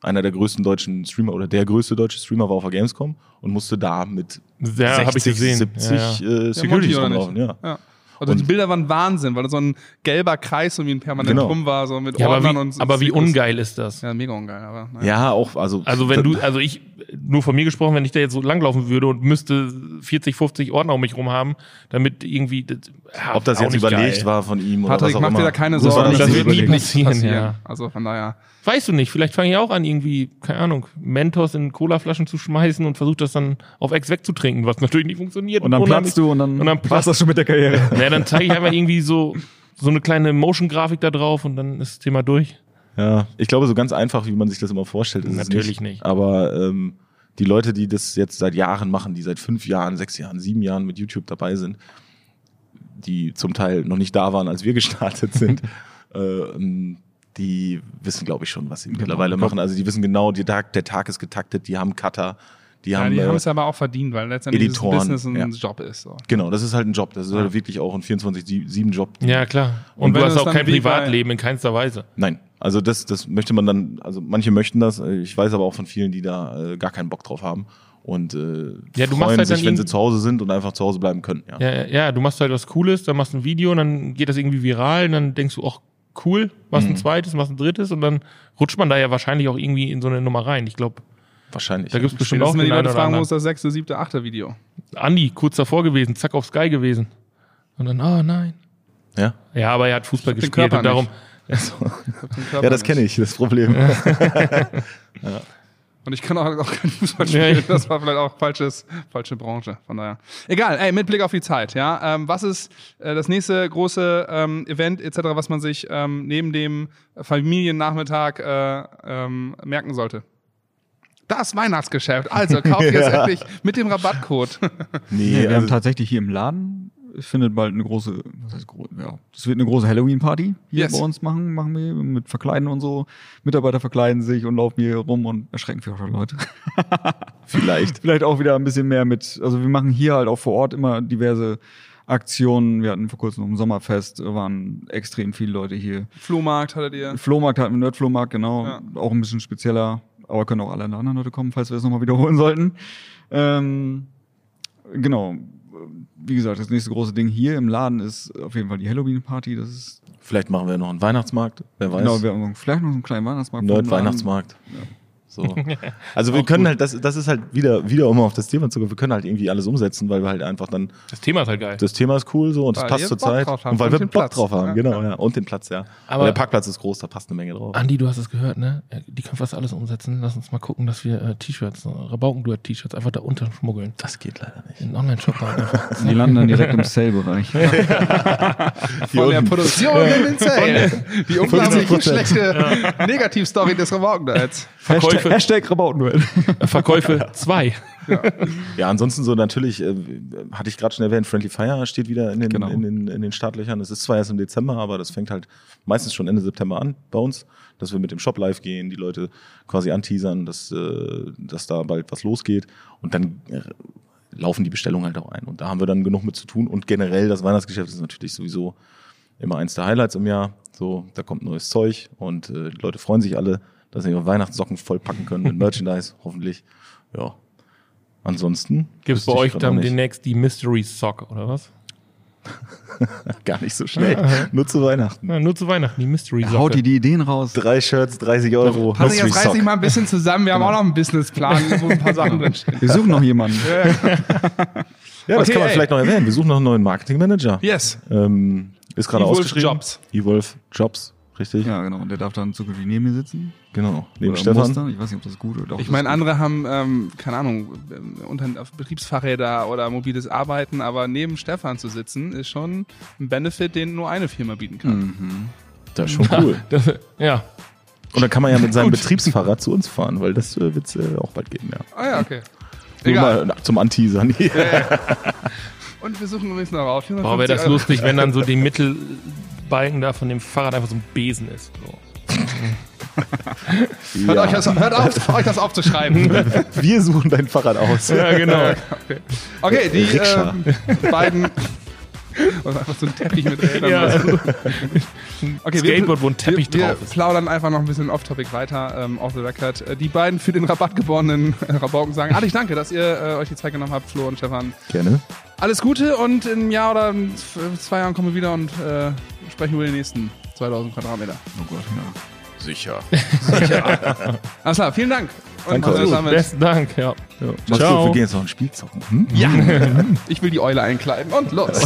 einer der größten deutschen Streamer oder der größte deutsche Streamer war auf der Gamescom und musste da mit Ja, hab ich gesehen. 70 Ja, Äh, Securities rumlaufen. Ja. ja. Also die Bilder waren Wahnsinn, weil so ein gelber Kreis um ihn permanent Genau. rum war, so mit Ja, aber Ordnern wie, und aber wie Zirkus. ungeil ist das? Ja, mega ungeil, aber naja. ja, auch, also. Also wenn du, also ich, nur von mir gesprochen, wenn ich da jetzt so langlaufen würde und müsste 40, 50 Ordner um mich rum haben, damit irgendwie, das, ja, ob das auch jetzt nicht überlegt geil. war von ihm oder was Patrick, auch mach immer. dir da keine Das war Sorgen. nicht das so wird nie überlegt. passieren, ja. Also von daher. Weißt du nicht, vielleicht fange ich auch an, irgendwie, keine Ahnung, Mentos in Colaflaschen zu schmeißen und versuche das dann auf Ex wegzutrinken, was natürlich nicht funktioniert. Und dann Unheimlich- platzt du und dann, und dann war's platzt das schon mit der Karriere. Naja, dann zeige ich einfach irgendwie so, so eine kleine Motion-Grafik da drauf und dann ist das Thema durch. Ja, ich glaube, so ganz einfach, wie man sich das immer vorstellt, ist Natürlich es nicht. nicht. Aber ähm, die Leute, die das jetzt seit Jahren machen, die seit fünf Jahren, sechs Jahren, sieben Jahren mit YouTube dabei sind, die zum Teil noch nicht da waren, als wir gestartet sind, ähm, die wissen, glaube ich, schon, was Genau. sie mittlerweile machen. Also die wissen genau, die Tag, der Tag ist getaktet, die haben Cutter, die Ja, haben. die halt äh, haben es aber auch verdient, weil letztendlich Editoren, das Business ein ja. Job ist. So. genau, das ist halt ein Job. Das ist halt wirklich auch ein 24-7-Job. Ja, klar. Und, Und wenn du du hast es auch dann kein wie bei- Privatleben in keinster Weise. Nein, also das, das möchte man dann, also manche möchten das, äh, ich weiß aber auch von vielen, die da äh, gar keinen Bock drauf haben und äh, Ja, du machst freuen halt dann sich, wenn sie irgend- zu Hause sind und einfach zu Hause bleiben können. Ja. Ja, ja, du machst halt was Cooles, dann machst du ein Video und dann geht das irgendwie viral und dann denkst du, ach, cool, machst Mhm. ein zweites, machst ein drittes und dann rutscht man da ja wahrscheinlich auch irgendwie in so eine Nummer rein. Ich glaube, Wahrscheinlich. da gibt's bestimmt auch Spätestens, wenn den die einen Leute oder fragen, wo ist anderen. das sechste, siebte, achte Video? Andi, kurz davor gewesen, zack, auf Sky gewesen. Und dann, ah, nein. ja. Ja, aber er hat Fußball hab den gespielt Körper und darum, ja, das kenne ich, das Problem. Und ich kann auch, auch kein Fußball Ja, spielen. ich- Das war vielleicht auch falsches, falsche Branche. Von daher. Egal, ey, mit Blick auf die Zeit, ja. Ähm, was ist äh, das nächste große ähm, Event etc., was man sich ähm, neben dem Familiennachmittag äh, ähm, merken sollte? Das Weihnachtsgeschäft. Also kauft ihr es Ja. endlich mit dem Rabattcode. Nee, Nee, wir haben also, tatsächlich hier im Laden findet bald eine große, was heißt groß, ja, das wird eine große Halloween-Party hier Yes. bei uns machen, machen wir mit Verkleiden und so. Mitarbeiter verkleiden sich und laufen hier rum und erschrecken viele Leute. vielleicht. Vielleicht auch wieder ein bisschen mehr mit, also wir machen hier halt auch vor Ort immer diverse Aktionen. Wir hatten vor kurzem noch ein Sommerfest, waren extrem viele Leute hier. Flohmarkt hattet ihr. Flohmarkt hatten wir, Nerdflohmarkt, genau. Ja. Auch ein bisschen spezieller. Aber können auch alle anderen Leute kommen, falls wir das nochmal wiederholen sollten. Ähm, genau. wie gesagt, das nächste große Ding hier im Laden ist auf jeden Fall die Halloween-Party. Das ist Vielleicht machen wir noch einen Weihnachtsmarkt, wer weiß. genau, wir haben vielleicht noch so einen kleinen Weihnachtsmarkt. vor dem Laden. Nerd-Weihnachtsmarkt. So. Also wir können halt, das, das ist halt wieder, wieder um auf das Thema zu kommen, wir können halt irgendwie alles umsetzen, weil wir halt einfach dann, Das Thema ist halt geil. das Thema ist cool so und es Weil passt ihr zur Bock Zeit. drauf habt Und weil und wir den Bock Platz. drauf haben, Ja. genau, ja. Und den Platz, ja. Aber- Ah, Aber der Parkplatz ist groß, da passt eine Menge drauf. Andi, du hast es gehört, ne? Äh, Die können fast alles umsetzen. Lass uns mal gucken, dass wir äh, T-Shirts, äh, Rabaukenduett-T-Shirts einfach da unten schmuggeln. Das geht leider nicht. In den Online-Shop halt einfach. Die landen dann direkt im Sale-Bereich. Von der Produktion in den Zellen. Die unglaublich 50%. schlechte Negativstory des Rabaukenduets. Hashtag, Hashtag Rabautenduell. Verkäufe 2. Ja, ansonsten so natürlich, äh, hatte ich gerade schon erwähnt, Friendly Fire steht wieder in den, Genau. in, den, in den Startlöchern. Es ist zwar erst im Dezember, aber das fängt halt meistens schon Ende September an bei uns, dass wir mit dem Shop live gehen, die Leute quasi anteasern, dass, äh, dass da bald was losgeht und dann äh, laufen die Bestellungen halt auch ein. Und da haben wir dann genug mit zu tun und generell das Weihnachtsgeschäft ist natürlich sowieso immer eins der Highlights im Jahr. So, da kommt neues Zeug und äh, die Leute freuen sich alle, dass sie ihre Weihnachtssocken vollpacken können mit Merchandise, hoffentlich. Ja. Ansonsten Gibt es wüsste bei ich euch grad dann noch nicht. demnächst die Mystery Sock, oder was? gar nicht so schnell. Nur zu Weihnachten. Na, nur zu Weihnachten, die Mystery Sock. Haut die die Ideen raus. Drei Shirts, 30 Euro. Patrick, jetzt reiß Sock. dich mal ein bisschen zusammen. Wir haben Genau. auch noch einen Businessplan, wo ein paar Sachen drinstehen. Wir suchen noch jemanden. Ja, das Okay, kann man ey. vielleicht noch erwähnen. Wir suchen noch einen neuen Marketingmanager. Yes. Ähm, ist gerade Evolve ausgeschrieben. Jobs. Evolve Jobs, richtig? Ja, genau. Und der darf dann zukünftig neben mir sitzen. Genau. Neben Oder Stefan. muss dann. Ich weiß nicht, ob das gut oder doch. Ich das meine, gut. andere haben, ähm, keine Ahnung, ähm, unter, auf Betriebsfahrräder oder mobiles Arbeiten, aber neben Stefan zu sitzen, ist schon ein Benefit, den nur eine Firma bieten kann. Mhm. Das ist schon cool. Das, ja. Und dann kann man ja mit seinem Betriebsfahrrad zu uns fahren, weil das äh, wird's äh, auch bald geben, ja. Ah ja, okay. Nur Egal. Äh, mal zum Anteasern hier. Und wir suchen übrigens noch auf. Boah, 450 wäre das Euro. lustig, wenn dann so die Mittelbalken da von dem Fahrrad einfach so ein Besen ist. So. Hört, euch das, hört auf, euch das aufzuschreiben. Wir suchen dein Fahrrad aus. Ja, genau. Okay, die Rikscha. ähm, beiden. Und einfach so ein Teppich mit Rädern. Ja. Okay, wir- Skateboard, wo ein Teppich wir, drauf wir ist. plaudern einfach noch ein bisschen off-topic weiter, ähm, off the record. Äh, Die beiden für den Rabatt geborenen äh, Rabauken sagen, Adi, ich danke, dass ihr äh, euch die Zeit genommen habt, Flo und Stefan. Gerne. Alles Gute und in einem Jahr oder in f- zwei Jahren kommen wir wieder und äh, sprechen über die nächsten 2000 Quadratmeter. Oh Gott, ja. Sicher. Alles klar, vielen Dank. Und Danke macht's euch. gut damit. Besten Dank, ja. Ja. Mach's Ciao. gut, wir gehen jetzt noch ein Spiel zocken. Hm? Ich will die Eule einkleiden und los.